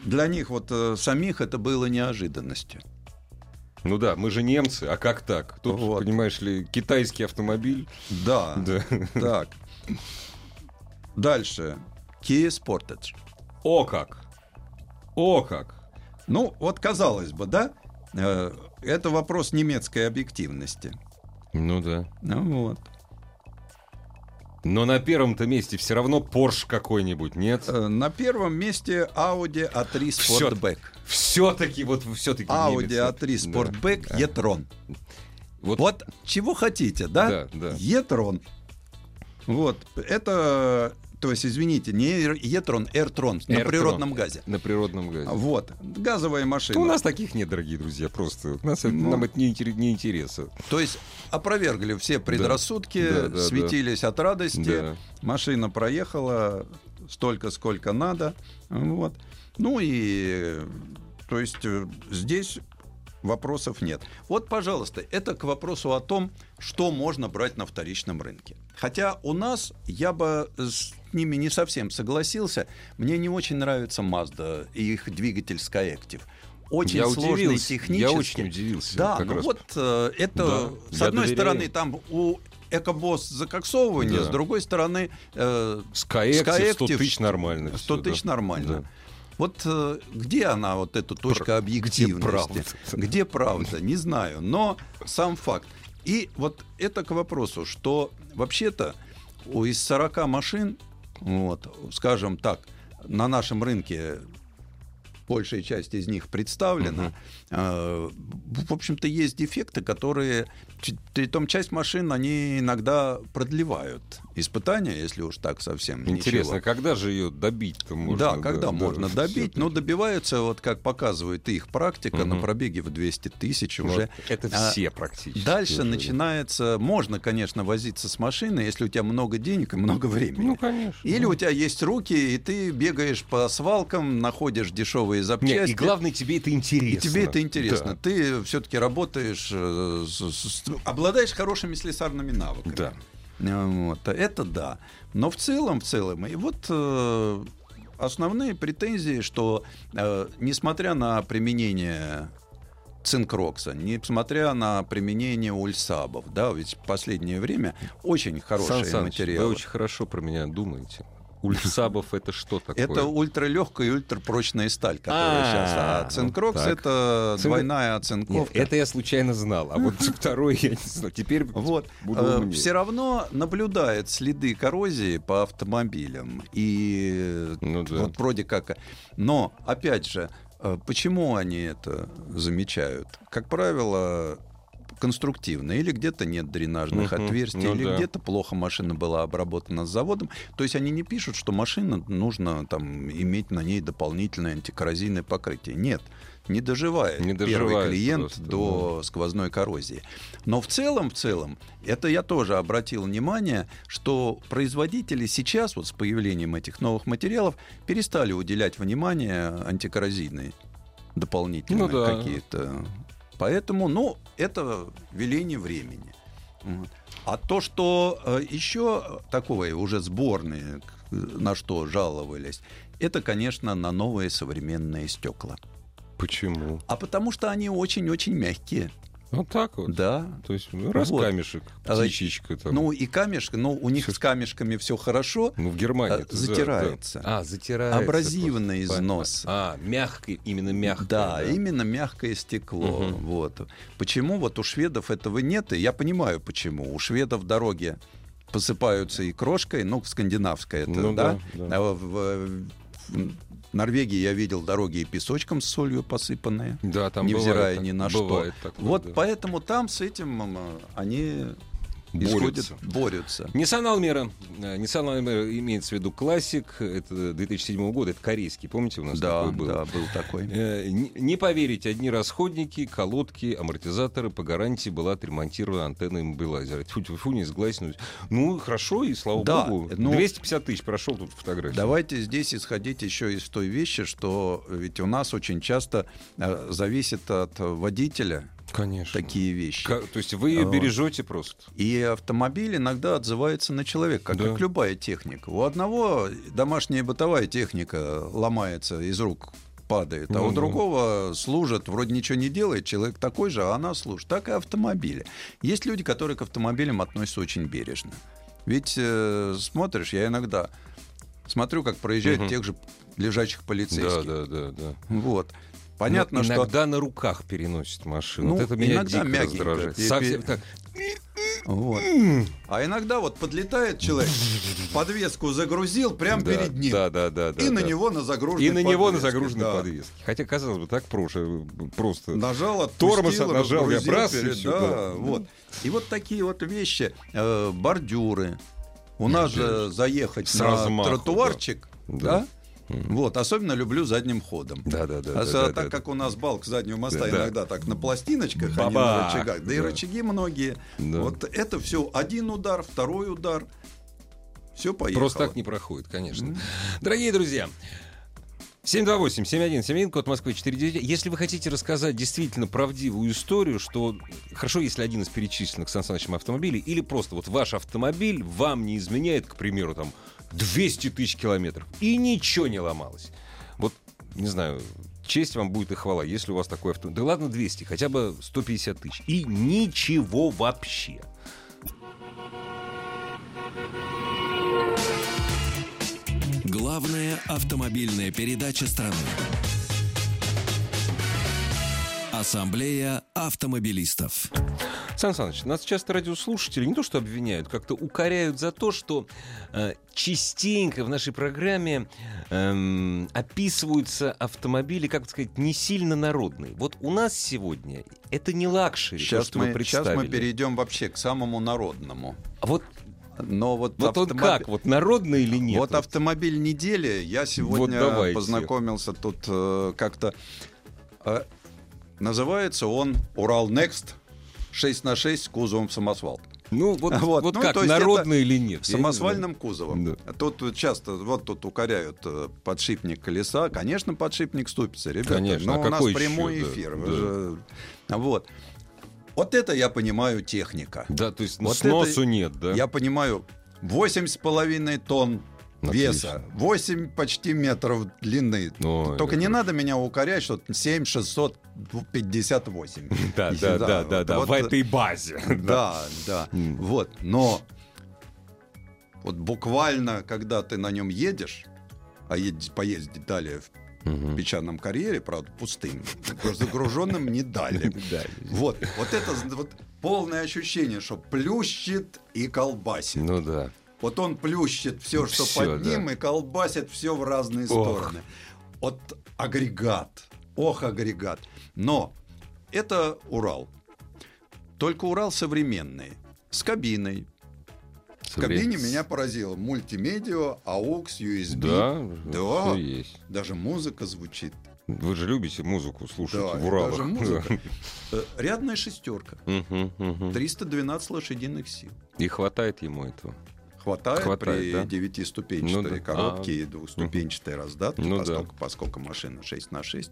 Speaker 3: для них вот э, самих это было неожиданностью.
Speaker 2: Ну да, мы же немцы, а как так? Тут,
Speaker 3: Вот. А.
Speaker 2: понимаешь ли, китайский автомобиль.
Speaker 3: Да.
Speaker 2: Да.
Speaker 3: Так. Дальше. Kia Sportage.
Speaker 2: О как! О как!
Speaker 3: Ну, вот казалось бы, да, э, это вопрос немецкой объективности.
Speaker 2: Ну да.
Speaker 3: Ну вот.
Speaker 2: Но на первом-то месте все равно Порш какой-нибудь, нет?
Speaker 3: Э, На первом месте Audi A3
Speaker 2: Всё.
Speaker 3: Sportback.
Speaker 2: Все-таки, вот все-таки.
Speaker 3: Audi A3 Sportback e-tron.
Speaker 2: Вот,
Speaker 3: Вот чего хотите, да?
Speaker 2: Да, да.
Speaker 3: Етрон. Вот, это, то есть, извините, не Етрон, Эртрон, на
Speaker 2: Air-Tron.
Speaker 3: природном газе.
Speaker 2: На природном газе.
Speaker 3: Вот, газовая машина.
Speaker 2: Ну, у нас таких нет, дорогие друзья, просто. У нас это-
Speaker 3: Ну.
Speaker 2: нам это не, интерес- не интересно.
Speaker 3: То есть, опровергли все предрассудки,
Speaker 2: Да, да, да.
Speaker 3: светились от радости.
Speaker 2: Да.
Speaker 3: Машина проехала столько, сколько надо. Вот. Ну и, э, то есть, э, здесь вопросов нет. Вот, пожалуйста, это к вопросу о том, что можно брать на вторичном рынке. Хотя у нас я бы с ними не совсем согласился. Мне не очень нравится Mazda и их двигатель Skyactiv. Очень
Speaker 2: я
Speaker 3: сложный
Speaker 2: удивился. Я
Speaker 3: технически.
Speaker 2: очень удивился.
Speaker 3: Да,
Speaker 2: как
Speaker 3: ну
Speaker 2: раз.
Speaker 3: вот э, это
Speaker 2: Да,
Speaker 3: с
Speaker 2: я
Speaker 3: одной
Speaker 2: доверяю.
Speaker 3: стороны там у Экобосс закоксовывание,
Speaker 2: Да.
Speaker 3: с другой стороны э,
Speaker 2: Skyactiv 100
Speaker 3: Skyactiv
Speaker 2: тысяч нормально.
Speaker 3: 100
Speaker 2: всё,
Speaker 3: тысяч
Speaker 2: да.
Speaker 3: нормально.
Speaker 2: Да.
Speaker 3: Вот э, где она, вот эта точка объективности?
Speaker 2: правда?
Speaker 3: Где правда? Не знаю, но сам факт. И вот это к вопросу, что вообще-то у- из 40 машин, вот, скажем так, на нашем рынке большая часть из них представлена. Э, В общем-то, есть дефекты, которые... ч- При том, часть машин, они иногда продлевают испытания, если уж так совсем ничего.
Speaker 2: Интересно, когда же ее добить-то можно?
Speaker 3: да, когда можно
Speaker 2: да,
Speaker 3: добить, Ну,
Speaker 2: всё-таки.
Speaker 3: но добиваются, вот как показывает их практика, на
Speaker 2: Мгм.
Speaker 3: пробеге в 200 тысяч
Speaker 2: Вот
Speaker 3: уже.
Speaker 2: Это
Speaker 3: А,
Speaker 2: все практически.
Speaker 3: Дальше
Speaker 2: уже, да.
Speaker 3: начинается, можно, конечно, возиться с машиной, если у тебя много денег и много времени.
Speaker 2: Ну, конечно.
Speaker 3: Или
Speaker 2: Ну,
Speaker 3: у тебя есть руки, и ты бегаешь по свалкам, находишь дешевые новые запчасти.
Speaker 2: Нет, и главное, тебе это интересно.
Speaker 3: И тебе это интересно.
Speaker 2: Да.
Speaker 3: Ты все-таки работаешь, э, с- с- с- обладаешь хорошими слесарными навыками.
Speaker 2: Да.
Speaker 3: Э, Вот, это да. Но в целом, в целом, и вот э, основные претензии, что э, несмотря на применение цинкрокса, несмотря на применение ульсабов, да, ведь в последнее время очень хорошие
Speaker 2: Сан Саныч,
Speaker 3: материалы.
Speaker 2: вы очень хорошо про меня думаете. Ульсабов это что такое?
Speaker 3: Это ультралегкая и ультрапрочная сталь, которая
Speaker 2: А,
Speaker 3: сейчас. А цинкрокс
Speaker 2: так.
Speaker 3: это
Speaker 2: Цин-
Speaker 3: двойная
Speaker 2: Нет,
Speaker 3: оцинковка.
Speaker 2: это я случайно знал, а вот второй я не знал. Теперь
Speaker 3: Вот.
Speaker 2: буду умнее.
Speaker 3: все равно наблюдает следы коррозии по автомобилям. И
Speaker 2: Ну да.
Speaker 3: вот вроде как. Но, опять же, э, почему они это замечают? Как правило, конструктивно. Или где-то нет дренажных
Speaker 2: Мгм.
Speaker 3: отверстий,
Speaker 2: Ну
Speaker 3: или
Speaker 2: да.
Speaker 3: где-то плохо машина была обработана с заводом. То есть они не пишут, что машина нужно там, иметь на ней дополнительное антикоррозийное покрытие. Нет. Не доживает
Speaker 2: Не
Speaker 3: первый
Speaker 2: доживает
Speaker 3: клиент
Speaker 2: просто,
Speaker 3: до сквозной коррозии. Но в целом, в целом, это я тоже обратил внимание, что производители сейчас, вот с появлением этих новых материалов, перестали уделять внимание антикоррозийной дополнительные
Speaker 2: Ну да.
Speaker 3: какие-то. Поэтому, ну, это веление времени. Вот. А то, что еще такое уже сборные, к- на что жаловались, это, конечно, на новые современные стекла.
Speaker 2: Почему?
Speaker 3: А потому что они очень-очень мягкие.
Speaker 2: Вот так вот.
Speaker 3: Да.
Speaker 2: То есть ну, раз
Speaker 3: Вот.
Speaker 2: камешек,
Speaker 3: А,
Speaker 2: птичечка там.
Speaker 3: Ну и камешки, ну у них
Speaker 2: Всё-
Speaker 3: с камешками все хорошо.
Speaker 2: Ну, в Германии. это, да,
Speaker 3: Э, затирается.
Speaker 2: да. А, затирается.
Speaker 3: Абразивный
Speaker 2: просто.
Speaker 3: износ.
Speaker 2: А, мягкий, именно мягкий.
Speaker 3: Да, именно мягкое стекло.
Speaker 2: Мгм.
Speaker 3: Вот. Почему вот у шведов этого нет? И я понимаю, почему. У шведов дороги посыпаются и крошкой, ну, скандинавская это,
Speaker 2: Ну
Speaker 3: да?
Speaker 2: да, да.
Speaker 3: А в, в- в Норвегии я видел дороги и песочком с солью посыпанные,
Speaker 2: Да, там
Speaker 3: невзирая
Speaker 2: бывает,
Speaker 3: ни
Speaker 2: так-
Speaker 3: на
Speaker 2: бывает
Speaker 3: что.
Speaker 2: такое,
Speaker 3: вот
Speaker 2: да.
Speaker 3: поэтому там с этим м, они исходят,
Speaker 2: Борются.
Speaker 3: борются.
Speaker 2: Nissan Almera. Э, Nissan Almera имеется в виду классик. Это 2007 года. Это корейский. Помните, у нас
Speaker 3: Да,
Speaker 2: такой был?
Speaker 3: да, был такой.
Speaker 2: Э, Не не поверите, одни расходники, колодки, амортизаторы. По гарантии была отремонтирована антенна имбилайзера. Тьфу, тьфу, фу, не сглазь. Ну, хорошо, и слава
Speaker 3: Да,
Speaker 2: богу.
Speaker 3: ну-
Speaker 2: 250 тысяч прошел тут фотографию.
Speaker 3: Давайте здесь исходить еще из той вещи, что ведь у нас очень часто э, зависит от водителя
Speaker 2: Конечно.
Speaker 3: такие вещи.
Speaker 2: Ка- То есть вы ее
Speaker 3: Вот.
Speaker 2: бережете просто.
Speaker 3: И автомобиль иногда отзывается на человека, как,
Speaker 2: Да.
Speaker 3: как любая техника. У одного домашняя бытовая техника ломается, из рук падает, а у
Speaker 2: Ну да.
Speaker 3: другого служит, вроде ничего не делает, человек такой же, а она служит. Так и автомобили. Есть люди, которые к автомобилям относятся очень бережно. Ведь э, смотришь, я иногда смотрю, как проезжают
Speaker 2: Мгм.
Speaker 3: тех же лежачих
Speaker 2: Да,
Speaker 3: полицейских.
Speaker 2: да, да, да.
Speaker 3: Вот. Понятно,
Speaker 2: Но
Speaker 3: что...
Speaker 2: иногда на руках переносит машину.
Speaker 3: Ну,
Speaker 2: вот это меня
Speaker 3: иногда
Speaker 2: дико
Speaker 3: мягенько.
Speaker 2: раздражает.
Speaker 3: Пе-
Speaker 2: Совсем
Speaker 3: пе-
Speaker 2: так.
Speaker 3: Вот. А иногда вот подлетает человек, подвеску загрузил прямо
Speaker 2: да,
Speaker 3: перед ним.
Speaker 2: Да, да, да.
Speaker 3: и
Speaker 2: да,
Speaker 3: на
Speaker 2: да.
Speaker 3: него на загруженной
Speaker 2: и на него на
Speaker 3: подвеске,
Speaker 2: загруженной
Speaker 3: да.
Speaker 2: подвеске. Хотя, казалось бы, так проще, э, просто.
Speaker 3: Нажал, отпустил,
Speaker 2: Тормоз нажал, я
Speaker 3: разгрузил
Speaker 2: раз, и
Speaker 3: перед-
Speaker 2: всё,
Speaker 3: да,
Speaker 2: да.
Speaker 3: вот. И вот такие вот вещи. Э, бордюры. У нас же заехать
Speaker 2: С
Speaker 3: на
Speaker 2: размаху,
Speaker 3: тротуарчик,
Speaker 2: Да.
Speaker 3: да? Вот, особенно люблю задним ходом.
Speaker 2: Да, да, да.
Speaker 3: А
Speaker 2: да,
Speaker 3: со-
Speaker 2: да,
Speaker 3: так
Speaker 2: да.
Speaker 3: как у нас балк заднего моста
Speaker 2: Да.
Speaker 3: иногда так на пластиночках, а не на
Speaker 2: Бабах!
Speaker 3: рычагах. Да, и
Speaker 2: Да.
Speaker 3: рычаги многие.
Speaker 2: Да.
Speaker 3: Вот это все один удар, второй удар. Все поехало.
Speaker 2: Просто так не проходит, конечно. Дорогие друзья, 728-7171, код Москвы 499. Если вы хотите рассказать действительно правдивую историю, что хорошо, если один из перечисленных Сан Санычем автомобилей, или просто вот ваш автомобиль вам не изменяет, к примеру, там 200 тысяч километров, и ничего не ломалось. Вот, не знаю, честь вам будет и хвала, если у вас такой автомобиль. Да ладно 200, хотя бы 150 тысяч. И ничего вообще.
Speaker 1: Главная автомобильная передача страны. Ассамблея автомобилистов.
Speaker 2: Сан Саныч, нас часто радиослушатели не то что обвиняют, как-то укоряют за то, что э, частенько в нашей программе эм, описываются автомобили, как бы сказать, не сильно народные. Вот у нас сегодня это не лакшери, то,
Speaker 3: Сейчас
Speaker 2: что
Speaker 3: мы,
Speaker 2: вы
Speaker 3: сейчас мы
Speaker 2: представили.
Speaker 3: перейдем вообще к самому народному.
Speaker 2: А вот,
Speaker 3: Но вот,
Speaker 2: вот он
Speaker 3: автомоби-
Speaker 2: как, вот народный или нет?
Speaker 3: вот автомобиль недели. Я сегодня
Speaker 2: давайте.
Speaker 3: познакомился тут э, как-то. э, называется он Урал Next 6 на 6 с кузовом самосвал.
Speaker 2: Ну, вот,
Speaker 3: Вот,
Speaker 2: вот
Speaker 3: ну,
Speaker 2: как,
Speaker 3: то есть
Speaker 2: народно
Speaker 3: это
Speaker 2: или нет? я не
Speaker 3: самосвальным кузовом.
Speaker 2: Да.
Speaker 3: Тут вот часто вот тут укоряют э, подшипник колеса. Конечно, подшипник ступится, ребята.
Speaker 2: Конечно, а
Speaker 3: но у нас
Speaker 2: какой еще,
Speaker 3: прямой
Speaker 2: да,
Speaker 3: эфир. Вы
Speaker 2: да.
Speaker 3: же- Вот. Вот это я понимаю техника.
Speaker 2: знаю. Да, то есть ну,
Speaker 3: Вот
Speaker 2: сносу
Speaker 3: это
Speaker 2: нет, да?
Speaker 3: Я понимаю, 8,5 тонн
Speaker 2: Отлично.
Speaker 3: веса, 8 почти метров длины.
Speaker 2: Ой,
Speaker 3: Только
Speaker 2: это
Speaker 3: не
Speaker 2: уж.
Speaker 3: надо меня укорять, что 7,658.
Speaker 2: Да, да, да, да, да,
Speaker 3: Вот,
Speaker 2: в этой базе.
Speaker 3: да, да.
Speaker 2: М.
Speaker 3: Вот, но вот буквально, когда ты на нем едешь, а едь- поездить далее в
Speaker 2: Мгм.
Speaker 3: песчаном карьере, правда, пустым, загруженным не дали. Вот, вот это вот полное ощущение, что плющит и колбасит.
Speaker 2: Ну да.
Speaker 3: Вот он плющит все, что
Speaker 2: Всё,
Speaker 3: под ним,
Speaker 2: да.
Speaker 3: и колбасит все в разные
Speaker 2: Ох.
Speaker 3: стороны. Вот агрегат. Ох, агрегат. Но это Урал. Только Урал современный. С кабиной. В кабине меня поразило. Мультимедиа, AUX, USB.
Speaker 2: Да,
Speaker 3: Да.
Speaker 2: всё есть.
Speaker 3: Даже музыка звучит.
Speaker 2: Вы же любите музыку слушать
Speaker 3: Да,
Speaker 2: в
Speaker 3: и
Speaker 2: Уралах.
Speaker 3: даже музыка. Э, Рядная шестерка.
Speaker 2: Мгм, мгм.
Speaker 3: 312 лошадиных сил.
Speaker 2: И хватает ему этого.
Speaker 3: Хватает,
Speaker 2: Хватает,
Speaker 3: при
Speaker 2: да?
Speaker 3: девятиступенчатой
Speaker 2: Ну да.
Speaker 3: коробке
Speaker 2: А.
Speaker 3: и двухступенчатой раздатке,
Speaker 2: Ну да.
Speaker 3: поскольку, поскольку машина 6 на 6.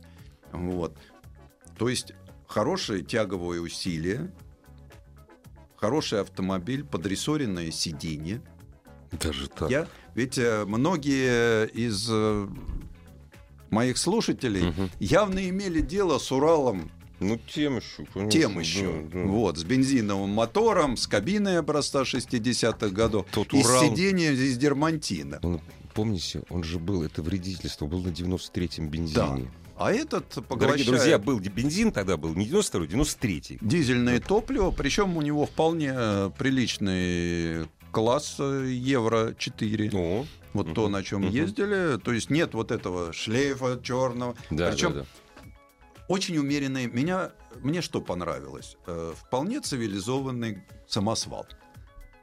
Speaker 3: Вот. То есть хорошее тяговое усилие, хороший автомобиль, подрессоренное сиденье.
Speaker 2: Даже так.
Speaker 3: Я, ведь э, многие из э, моих слушателей
Speaker 2: Мгм.
Speaker 3: явно имели дело с Уралом
Speaker 2: Ну, тем еще, конечно.
Speaker 3: тем
Speaker 2: да,
Speaker 3: еще.
Speaker 2: да.
Speaker 3: Вот, с бензиновым мотором, с кабиной образца 60-х годов.
Speaker 2: Тот
Speaker 3: и с
Speaker 2: Урал.
Speaker 3: сиденьем из дермантина.
Speaker 2: Он, помните, он же был, это вредительство, был на 93-м
Speaker 3: Да.
Speaker 2: бензине.
Speaker 3: А этот
Speaker 2: Дорогие
Speaker 3: поглощает
Speaker 2: друзья, был бензин тогда был, не 92-й, 93-й.
Speaker 3: дизельное топливо, причем у него вполне э, приличный класс э, евро 4.
Speaker 2: Ну,
Speaker 3: вот
Speaker 2: мгм,
Speaker 3: то, на чем
Speaker 2: мгм.
Speaker 3: ездили. То есть нет вот этого шлейфа черного.
Speaker 2: да,
Speaker 3: Причем
Speaker 2: да, да.
Speaker 3: очень умеренный. Меня, мне что понравилось? Э, Вполне цивилизованный самосвал.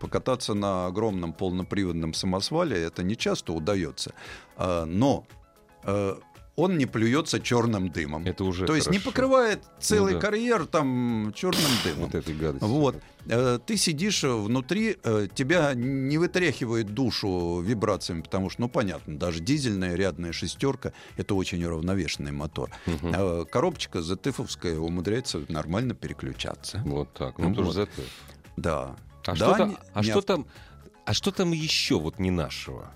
Speaker 3: Покататься на огромном полноприводном самосвале это не часто удается. А, Но э, он не плюется черным дымом.
Speaker 2: Это уже
Speaker 3: То есть не
Speaker 2: хорошо. Ну
Speaker 3: покрывает целый
Speaker 2: да.
Speaker 3: карьер там черным дымом.
Speaker 2: Вот этой гадости.
Speaker 3: Вот. Э, Ты сидишь внутри, э, тебя не вытряхивает душу вибрациями, потому что, ну, понятно, даже дизельная рядная шестерка — это очень уравновешенный мотор.
Speaker 2: Мгм.
Speaker 3: А Коробочка затыфовская умудряется нормально переключаться.
Speaker 2: Вот так. Ну,
Speaker 3: Ну
Speaker 2: тоже
Speaker 3: вот.
Speaker 2: за это.
Speaker 3: Да.
Speaker 2: А,
Speaker 3: Да,
Speaker 2: что, там,
Speaker 3: не-
Speaker 2: а
Speaker 3: не
Speaker 2: что
Speaker 3: авто-
Speaker 2: там? А что там еще вот не нашего?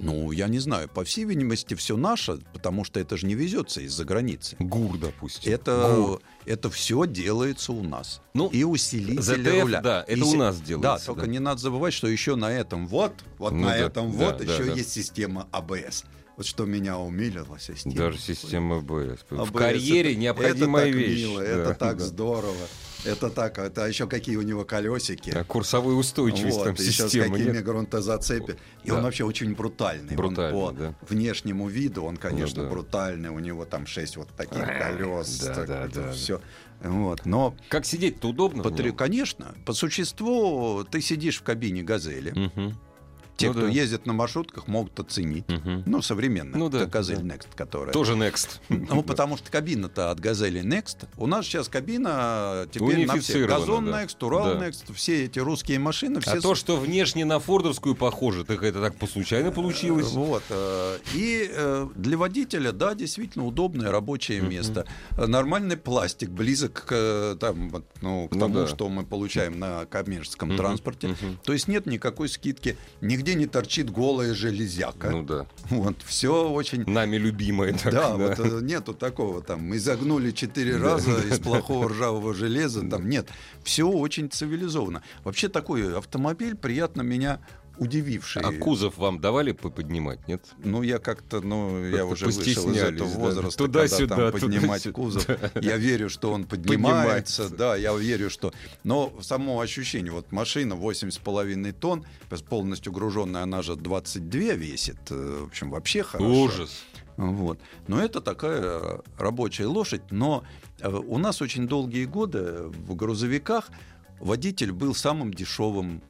Speaker 3: Ну, я не знаю. По всей видимости, все наше, потому что это же не везется из-за границы.
Speaker 2: Гур, допустим.
Speaker 3: Это, это все делается у нас.
Speaker 2: Типа, Ну,
Speaker 3: и усилитель
Speaker 2: ZTF,
Speaker 3: руля.
Speaker 2: да, это
Speaker 3: И
Speaker 2: у
Speaker 3: се-
Speaker 2: нас
Speaker 3: Да,
Speaker 2: делается,
Speaker 3: только
Speaker 2: да.
Speaker 3: не надо забывать, что еще на этом вот, вот
Speaker 2: Ну
Speaker 3: на
Speaker 2: да,
Speaker 3: этом
Speaker 2: да,
Speaker 3: вот
Speaker 2: да,
Speaker 3: еще
Speaker 2: да.
Speaker 3: есть система АБС. Вот что меня умилила система.
Speaker 2: Даже система БС.
Speaker 3: А АБС
Speaker 2: В карьере
Speaker 3: это-
Speaker 2: необходимая
Speaker 3: это так
Speaker 2: вещь.
Speaker 3: мило,
Speaker 2: да.
Speaker 3: это так
Speaker 2: Да.
Speaker 3: здорово. Это так, а это еще какие у него колесики.
Speaker 2: А Курсовую устойчивость
Speaker 3: Вот,
Speaker 2: там
Speaker 3: и еще с
Speaker 2: системы
Speaker 3: какими
Speaker 2: нет.
Speaker 3: грунтозацепи. И
Speaker 2: Да.
Speaker 3: он вообще очень брутальный.
Speaker 2: Брутальный,
Speaker 3: он по
Speaker 2: да. Ну
Speaker 3: внешнему виду, он, конечно,
Speaker 2: да.
Speaker 3: брутальный. У него там шесть вот таких колес.
Speaker 2: да, да, да. Ну
Speaker 3: все. Вот. Но,
Speaker 2: Как сидеть-то удобно? в
Speaker 3: по три-
Speaker 2: нем?
Speaker 3: конечно, по существу ты сидишь в кабине «Газели».
Speaker 2: Мгм.
Speaker 3: Те,
Speaker 2: Ну
Speaker 3: кто
Speaker 2: да.
Speaker 3: ездит на маршрутках, могут оценить.
Speaker 2: Мгм.
Speaker 3: Ну, современно.
Speaker 2: Ну да,
Speaker 3: Это «Газель
Speaker 2: да.
Speaker 3: Next», которая...
Speaker 2: Тоже next.
Speaker 3: Ну, потому что кабина-то от «Газели Next». У нас сейчас кабина теперь на всех.
Speaker 2: Унифицирована,
Speaker 3: «Газон
Speaker 2: да.
Speaker 3: Next», «Урал
Speaker 2: Да.
Speaker 3: Next», все эти русские машины. Все
Speaker 2: А то, что внешне на фордовскую похоже, так это так по случайно получилось.
Speaker 3: Вот. э, И э, для водителя, да, действительно удобное рабочее место. Э, Нормальный пластик, близок к, э, там, вот, ну, к
Speaker 2: Ну
Speaker 3: тому,
Speaker 2: да.
Speaker 3: что мы получаем на коммерческом
Speaker 2: Мгм,
Speaker 3: транспорте.
Speaker 2: мгм.
Speaker 3: То есть нет никакой скидки, нигде не торчит голая железяка.
Speaker 2: Ну да.
Speaker 3: Вот, все очень...
Speaker 2: Нами любимое. так,
Speaker 3: да, вот э, нету такого там. Изогнули четыре раза из плохого ржавого железа. Там нет. Все очень цивилизованно. Вообще такой автомобиль приятно меня удививший.
Speaker 2: А кузов вам давали по- поднимать, нет?
Speaker 3: Ну, я как-то, ну, я
Speaker 2: Как-то
Speaker 3: уже вышел из
Speaker 2: постеснялись,
Speaker 3: этого
Speaker 2: да.
Speaker 3: возраста,
Speaker 2: Туда-сюда,
Speaker 3: когда там поднимать
Speaker 2: туда-сюда.
Speaker 3: кузов. Я верю, что он поднимается, да, я верю, что... Но само ощущение, вот машина 8,5 тонн, полностью груженная, она же 22 весит, э, в общем, вообще хорошо.
Speaker 2: Ужас.
Speaker 3: Вот. Но это такая э, рабочая лошадь. Но э, у нас очень долгие годы в грузовиках водитель был самым дешевым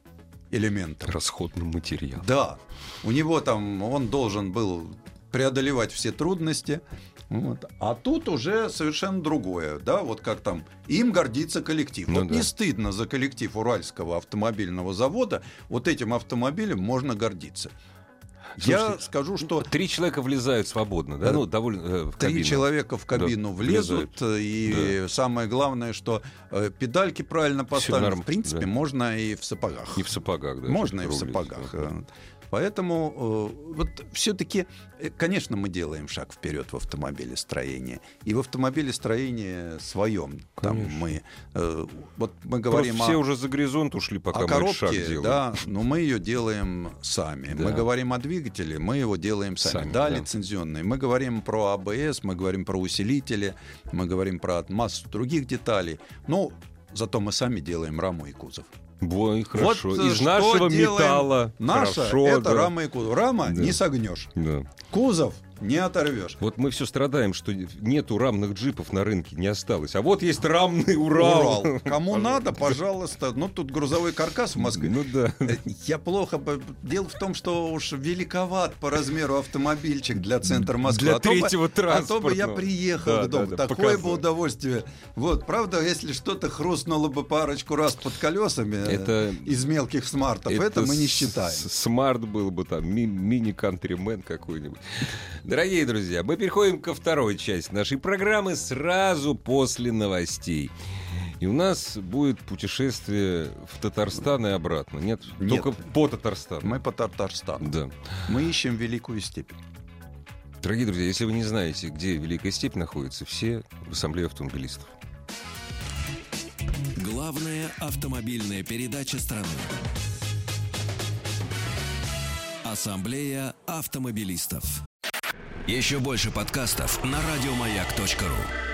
Speaker 3: элементом.
Speaker 2: Расходный материал.
Speaker 3: Да, у него там он должен был преодолевать все трудности, Вот. А тут уже совершенно другое, да, вот как там, им гордится коллектив.
Speaker 2: Ну
Speaker 3: вот
Speaker 2: да.
Speaker 3: не стыдно за коллектив Уральского автомобильного завода, вот этим автомобилем можно гордиться. Я
Speaker 2: Слушайте, ну,
Speaker 3: скажу, что
Speaker 2: Три человека влезают свободно, да?
Speaker 3: Да.
Speaker 2: Ну, довольно э, в
Speaker 3: Три
Speaker 2: кабину.
Speaker 3: человека в кабину
Speaker 2: Да,
Speaker 3: влезут, и самое главное, что э, педальки правильно поставлены.
Speaker 2: норм,
Speaker 3: В принципе,
Speaker 2: да.
Speaker 3: можно и в сапогах.
Speaker 2: И в сапогах, да.
Speaker 3: Можно и в
Speaker 2: рулить.
Speaker 3: сапогах.
Speaker 2: Да.
Speaker 3: э. Поэтому э, вот все-таки, конечно, мы делаем шаг вперед в автомобилестроении. И в автомобилестроении своем. Там мы, э, вот мы говорим
Speaker 2: Просто все
Speaker 3: о
Speaker 2: уже за горизонт ушли, пока
Speaker 3: о
Speaker 2: мы этот шаг
Speaker 3: коробке,
Speaker 2: делаем.
Speaker 3: да, но мы ее делаем сами.
Speaker 2: Да.
Speaker 3: Мы говорим о двигателе, мы его делаем сами.
Speaker 2: Сами,
Speaker 3: да,
Speaker 2: да.
Speaker 3: лицензионный. Мы говорим про АБС, мы говорим про усилители, мы говорим про массу других деталей. Но зато мы сами делаем раму и кузов.
Speaker 2: Во, и хорошо.
Speaker 3: Вот, э,
Speaker 2: Из
Speaker 3: что
Speaker 2: нашего
Speaker 3: делаем?
Speaker 2: металла.
Speaker 3: Наша
Speaker 2: Хорошо,
Speaker 3: это
Speaker 2: да.
Speaker 3: рама и кузов. Рама
Speaker 2: Да.
Speaker 3: не согнешь.
Speaker 2: Да.
Speaker 3: Кузов не оторвешь.
Speaker 2: Вот мы все страдаем, что нету рамных джипов на рынке, не осталось. А вот есть рамный Урал.
Speaker 3: Урал. Кому надо, пожалуйста. Ну, тут грузовой каркас в Москве.
Speaker 2: Ну да.
Speaker 3: Э, Я плохо... бы- Дело в том, что уж великоват по размеру автомобильчик для центра Москвы.
Speaker 2: Для
Speaker 3: А то бы-
Speaker 2: третьего
Speaker 3: А то бы я
Speaker 2: транспортного.
Speaker 3: приехал
Speaker 2: Да,
Speaker 3: к дому.
Speaker 2: да, да,
Speaker 3: Такое бы
Speaker 2: показал.
Speaker 3: удовольствие. Вот, правда, если что-то хрустнуло бы парочку раз под колесами э,
Speaker 2: Это-
Speaker 3: из мелких смартов, это, мы не
Speaker 2: с-
Speaker 3: считаем.
Speaker 2: с- Смарт был бы там, ми- мини-кантримен какой-нибудь. Дорогие друзья, мы переходим ко второй части нашей программы сразу после новостей. И у нас будет путешествие в Татарстан и обратно. Нет,
Speaker 3: Нет.
Speaker 2: только по Татарстану.
Speaker 3: Мы по Татарстану.
Speaker 2: Да.
Speaker 3: Мы ищем великую степь.
Speaker 2: Дорогие друзья, если вы не знаете, где Великая Степь находится, все в Ассамблее автомобилистов.
Speaker 1: Главная автомобильная передача страны. Ассамблея автомобилистов. Еще больше подкастов на радиомаяк.ру.